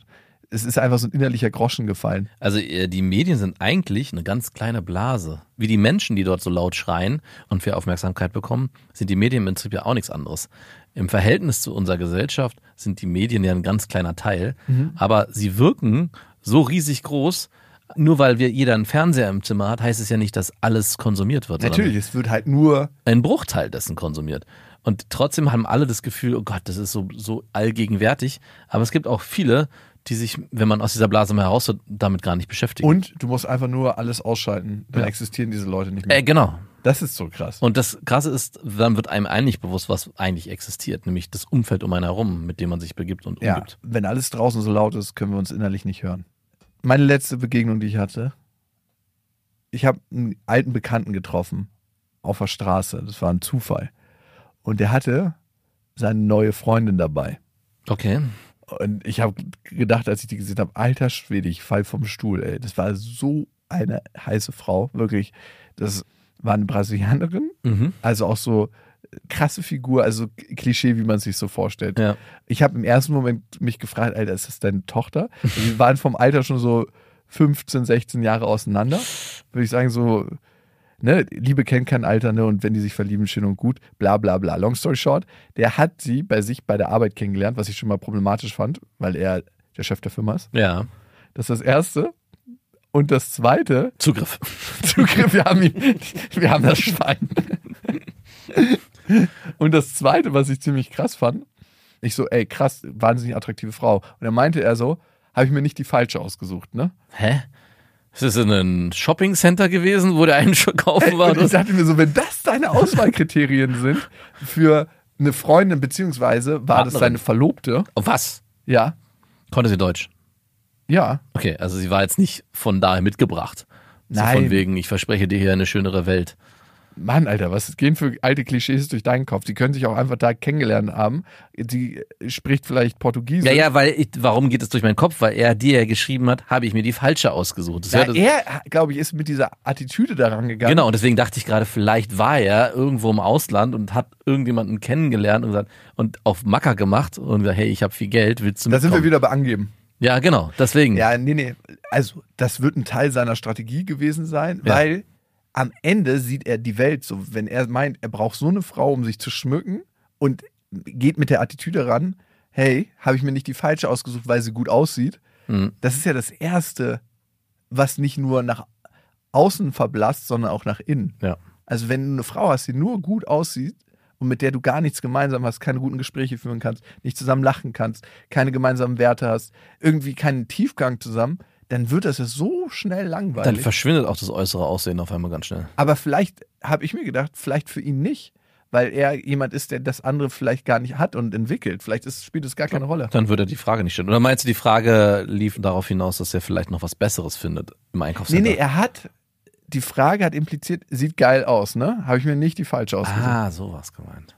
[SPEAKER 4] es ist einfach so ein innerlicher Groschen gefallen.
[SPEAKER 5] Also äh, die Medien sind eigentlich eine ganz kleine Blase. Wie die Menschen, die dort so laut schreien und für Aufmerksamkeit bekommen, sind die Medien im Prinzip ja auch nichts anderes. Im Verhältnis zu unserer Gesellschaft sind die Medien ja ein ganz kleiner Teil,
[SPEAKER 4] Mhm.
[SPEAKER 5] aber sie wirken so riesig groß. Nur weil wir jeder einen Fernseher im Zimmer hat, heißt es ja nicht, dass alles konsumiert wird. sondern
[SPEAKER 4] Natürlich, es wird halt nur
[SPEAKER 5] ein Bruchteil dessen konsumiert. Und trotzdem haben alle das Gefühl, oh Gott, das ist so, so allgegenwärtig. Aber es gibt auch viele, die sich, wenn man aus dieser Blase mal heraus, damit gar nicht beschäftigen.
[SPEAKER 4] und du musst einfach nur alles ausschalten. Dann
[SPEAKER 5] Ja.
[SPEAKER 4] existieren diese Leute nicht mehr.
[SPEAKER 5] äh, genau.
[SPEAKER 4] das ist so krass.
[SPEAKER 5] Und das Krasse ist, dann wird einem eigentlich bewusst, was eigentlich existiert, nämlich das Umfeld um einen herum, mit dem man sich begibt und
[SPEAKER 4] ja,
[SPEAKER 5] umgibt.
[SPEAKER 4] wenn alles draußen so laut ist, können wir uns innerlich nicht hören. Meine letzte Begegnung, die ich hatte, ich habe einen alten Bekannten getroffen auf der Straße. Das war ein Zufall. Und der hatte seine neue Freundin dabei.
[SPEAKER 5] Okay.
[SPEAKER 4] Und ich habe gedacht, als ich die gesehen habe, alter Schwede, ich fall vom Stuhl, ey. Das war so eine heiße Frau, wirklich. Das war eine Brasilianerin,
[SPEAKER 5] Mhm.
[SPEAKER 4] also auch so krasse Figur, also Klischee, wie man sich so vorstellt.
[SPEAKER 5] Ja.
[SPEAKER 4] Ich habe im ersten Moment mich gefragt, Alter, ist das deine Tochter? Wir waren vom Alter schon so 15, 16 Jahre auseinander. Würde ich sagen, so, ne, Liebe kennt kein Alter, ne, und wenn die sich verlieben, schön und gut, bla bla bla. Long story short, der hat sie bei sich bei der Arbeit kennengelernt, was ich schon mal problematisch fand, weil er der Chef der Firma ist.
[SPEAKER 5] Ja.
[SPEAKER 4] Das ist das Erste. Und das Zweite,
[SPEAKER 5] Zugriff.
[SPEAKER 4] Zugriff, wir haben ihn, wir haben das Schwein. Und das Zweite, was ich ziemlich krass fand, ich so, ey, krass, wahnsinnig attraktive Frau. Und dann meinte er so, habe ich mir nicht die falsche ausgesucht, ne?
[SPEAKER 5] Hä? Ist das in einem Shopping-Center gewesen, wo der einen schon kaufen war?
[SPEAKER 4] Und ich
[SPEAKER 5] Das-
[SPEAKER 4] dachte mir so, wenn das deine Auswahlkriterien sind für eine Freundin, beziehungsweise war das
[SPEAKER 5] Partnerin.
[SPEAKER 4] seine Verlobte,
[SPEAKER 5] Oh, was?
[SPEAKER 4] ja,
[SPEAKER 5] Konnte sie Deutsch?
[SPEAKER 4] ja,
[SPEAKER 5] Okay, also sie war jetzt nicht von daher mitgebracht.
[SPEAKER 4] Nein.
[SPEAKER 5] So von wegen, ich verspreche dir hier eine schönere Welt.
[SPEAKER 4] Mann, Alter, was gehen für alte Klischees durch deinen Kopf? Die können sich auch einfach da kennengelernt haben. Die spricht vielleicht Portugiesisch.
[SPEAKER 5] Ja, ja, weil ich, warum geht es durch meinen Kopf? Weil er dir ja geschrieben hat, habe ich mir die falsche ausgesucht. Das
[SPEAKER 4] Ja,
[SPEAKER 5] hörte-
[SPEAKER 4] er, glaube ich, ist mit dieser Attitüde daran gegangen.
[SPEAKER 5] Genau, und deswegen dachte ich gerade, vielleicht war er irgendwo im Ausland und hat irgendjemanden kennengelernt und, gesagt, und auf Macker gemacht und gesagt, hey, ich habe viel Geld, willst du
[SPEAKER 4] Da sind wir
[SPEAKER 5] mitkommen?
[SPEAKER 4] wieder bei Angeben.
[SPEAKER 5] Ja, genau, deswegen.
[SPEAKER 4] Ja, nee, nee. Also, das wird ein Teil seiner Strategie gewesen sein,
[SPEAKER 5] Ja.
[SPEAKER 4] weil am Ende sieht er die Welt so, wenn er meint, er braucht so eine Frau, um sich zu schmücken und geht mit der Attitüde ran, hey, habe ich mir nicht die falsche ausgesucht, weil sie gut aussieht.
[SPEAKER 5] Mhm.
[SPEAKER 4] Das ist ja das Erste, was nicht nur nach außen verblasst, sondern auch nach innen.
[SPEAKER 5] Ja.
[SPEAKER 4] Also wenn du eine Frau hast, die nur gut aussieht und mit der du gar nichts gemeinsam hast, keine guten Gespräche führen kannst, nicht zusammen lachen kannst, keine gemeinsamen Werte hast, irgendwie keinen Tiefgang zusammen, dann wird das ja so schnell
[SPEAKER 5] Dann
[SPEAKER 4] langweilig.
[SPEAKER 5] verschwindet auch das äußere Aussehen auf einmal ganz schnell.
[SPEAKER 4] Aber vielleicht habe ich mir gedacht, vielleicht für ihn nicht, weil er jemand ist, der das andere vielleicht gar nicht hat und entwickelt. Vielleicht ist, spielt es gar keine Rolle.
[SPEAKER 5] Dann würde die Frage nicht stellen. Oder meinst du, die Frage lief darauf hinaus, dass er vielleicht noch was Besseres findet im
[SPEAKER 4] Nee,
[SPEAKER 5] Einkaufscenter?
[SPEAKER 4] nee, er hat, die Frage hat impliziert, sieht geil aus, ne? Habe ich mir nicht die falsche ausgesucht.
[SPEAKER 5] ah, sowas gemeint.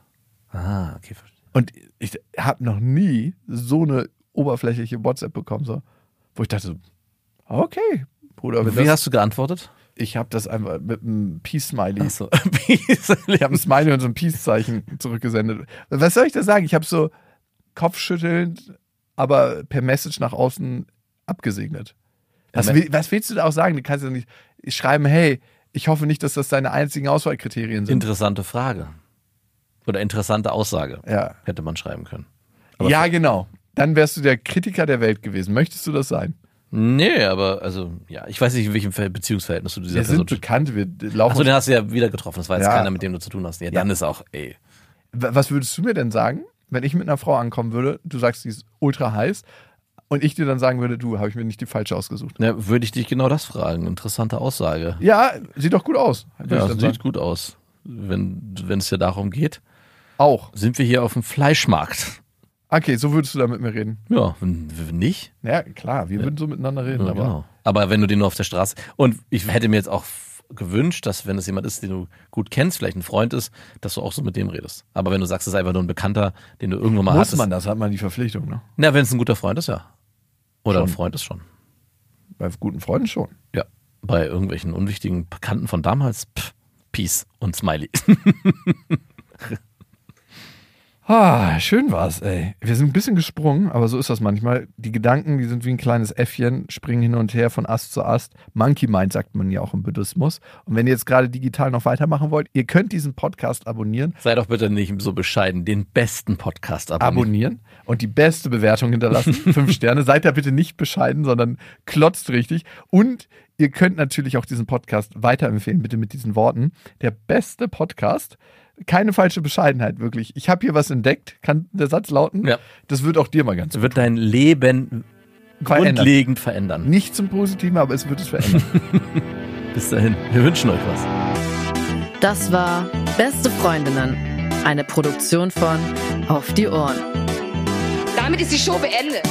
[SPEAKER 5] Ah, okay, verstehe.
[SPEAKER 4] Und ich habe noch nie so eine oberflächliche WhatsApp bekommen, so, wo ich dachte, so, okay, Bruder, wenn
[SPEAKER 5] Wie
[SPEAKER 4] das,
[SPEAKER 5] hast du geantwortet?
[SPEAKER 4] ich habe das einfach mit einem Peace-Smiley.
[SPEAKER 5] Achso.
[SPEAKER 4] Ich habe ein Smiley und so ein Peace-Zeichen zurückgesendet. Was soll ich da sagen? Ich habe so kopfschüttelnd, aber per Message nach außen abgesegnet. Was,
[SPEAKER 5] Ja,
[SPEAKER 4] will, was willst du da auch sagen? Du kannst ja nicht schreiben, hey, ich hoffe nicht, dass das deine einzigen Auswahlkriterien sind.
[SPEAKER 5] Interessante Frage. Oder interessante Aussage.
[SPEAKER 4] Ja,
[SPEAKER 5] Hätte man schreiben können. Aber
[SPEAKER 4] ja genau. Dann wärst du der Kritiker der Welt gewesen. Möchtest du das sein?
[SPEAKER 5] Nee, aber also, ja, ich weiß nicht, in welchem Ver- Beziehungsverhältnis du dieser
[SPEAKER 4] Wir
[SPEAKER 5] Person
[SPEAKER 4] sind bekannt, wir laufen.
[SPEAKER 5] Achso, den hast du ja wieder getroffen. Das war jetzt
[SPEAKER 4] Ja.
[SPEAKER 5] keiner, mit dem du zu tun hast. Ja, dann ist auch, ey.
[SPEAKER 4] W- Was würdest du mir denn sagen, wenn ich mit einer Frau ankommen würde? Du sagst, sie ist ultra heiß und ich dir dann sagen würde, du, habe ich mir nicht die falsche ausgesucht.
[SPEAKER 5] Na, würde ich dich genau das fragen. Interessante Aussage.
[SPEAKER 4] Ja, sieht doch gut aus. würde
[SPEAKER 5] Ja,
[SPEAKER 4] ich dann
[SPEAKER 5] sieht
[SPEAKER 4] sagen.
[SPEAKER 5] gut aus. Wenn wenn es ja darum geht,
[SPEAKER 4] Auch.
[SPEAKER 5] sind wir hier auf dem Fleischmarkt.
[SPEAKER 4] Okay, so würdest du da mit mir reden.
[SPEAKER 5] Ja, wenn, wenn nicht.
[SPEAKER 4] Ja, klar, wir würden so miteinander reden,
[SPEAKER 5] Ja,
[SPEAKER 4] aber
[SPEAKER 5] genau. Aber wenn du den nur auf der Straße. Und ich hätte mir jetzt auch f- gewünscht, dass wenn es jemand ist, den du gut kennst, vielleicht ein Freund ist, dass du auch so mit dem redest. Aber wenn du sagst, es ist einfach nur ein Bekannter, den du irgendwann mal
[SPEAKER 4] muss
[SPEAKER 5] hattest.
[SPEAKER 4] man das, hat man die Verpflichtung, ne?
[SPEAKER 5] Na, wenn es ein guter Freund ist, ja. Oder ein
[SPEAKER 4] Schon.
[SPEAKER 5] Freund ist schon.
[SPEAKER 4] Bei guten Freunden schon.
[SPEAKER 5] Ja. Bei irgendwelchen unwichtigen Bekannten von damals, pff, Peace und Smiley.
[SPEAKER 4] Ah, schön war's, ey. Wir sind ein bisschen gesprungen, aber so ist das manchmal. Die Gedanken, die sind wie ein kleines Äffchen, springen hin und her von Ast zu Ast. Monkey Mind sagt man ja auch im Buddhismus. Und wenn ihr jetzt gerade digital noch weitermachen wollt, ihr könnt diesen Podcast abonnieren.
[SPEAKER 5] Sei doch bitte nicht so bescheiden. Den besten Podcast abonnieren.
[SPEAKER 4] Abonnieren und die beste Bewertung hinterlassen. Fünf Sterne. Seid da bitte nicht bescheiden, sondern klotzt richtig. Und ihr könnt natürlich auch diesen Podcast weiterempfehlen, bitte mit diesen Worten. Der beste Podcast. Keine falsche Bescheidenheit, wirklich. Ich habe hier was entdeckt. Kann der Satz lauten?
[SPEAKER 5] Ja.
[SPEAKER 4] Das wird auch dir mal ganz
[SPEAKER 5] wird dein Leben
[SPEAKER 4] Verändern.
[SPEAKER 5] grundlegend verändern.
[SPEAKER 4] Nicht zum Positiven, aber es wird es verändern.
[SPEAKER 5] Bis dahin. Wir wünschen euch was.
[SPEAKER 1] Das war Beste Freundinnen, eine Produktion von Auf die Ohren.
[SPEAKER 3] Damit ist die Show beendet.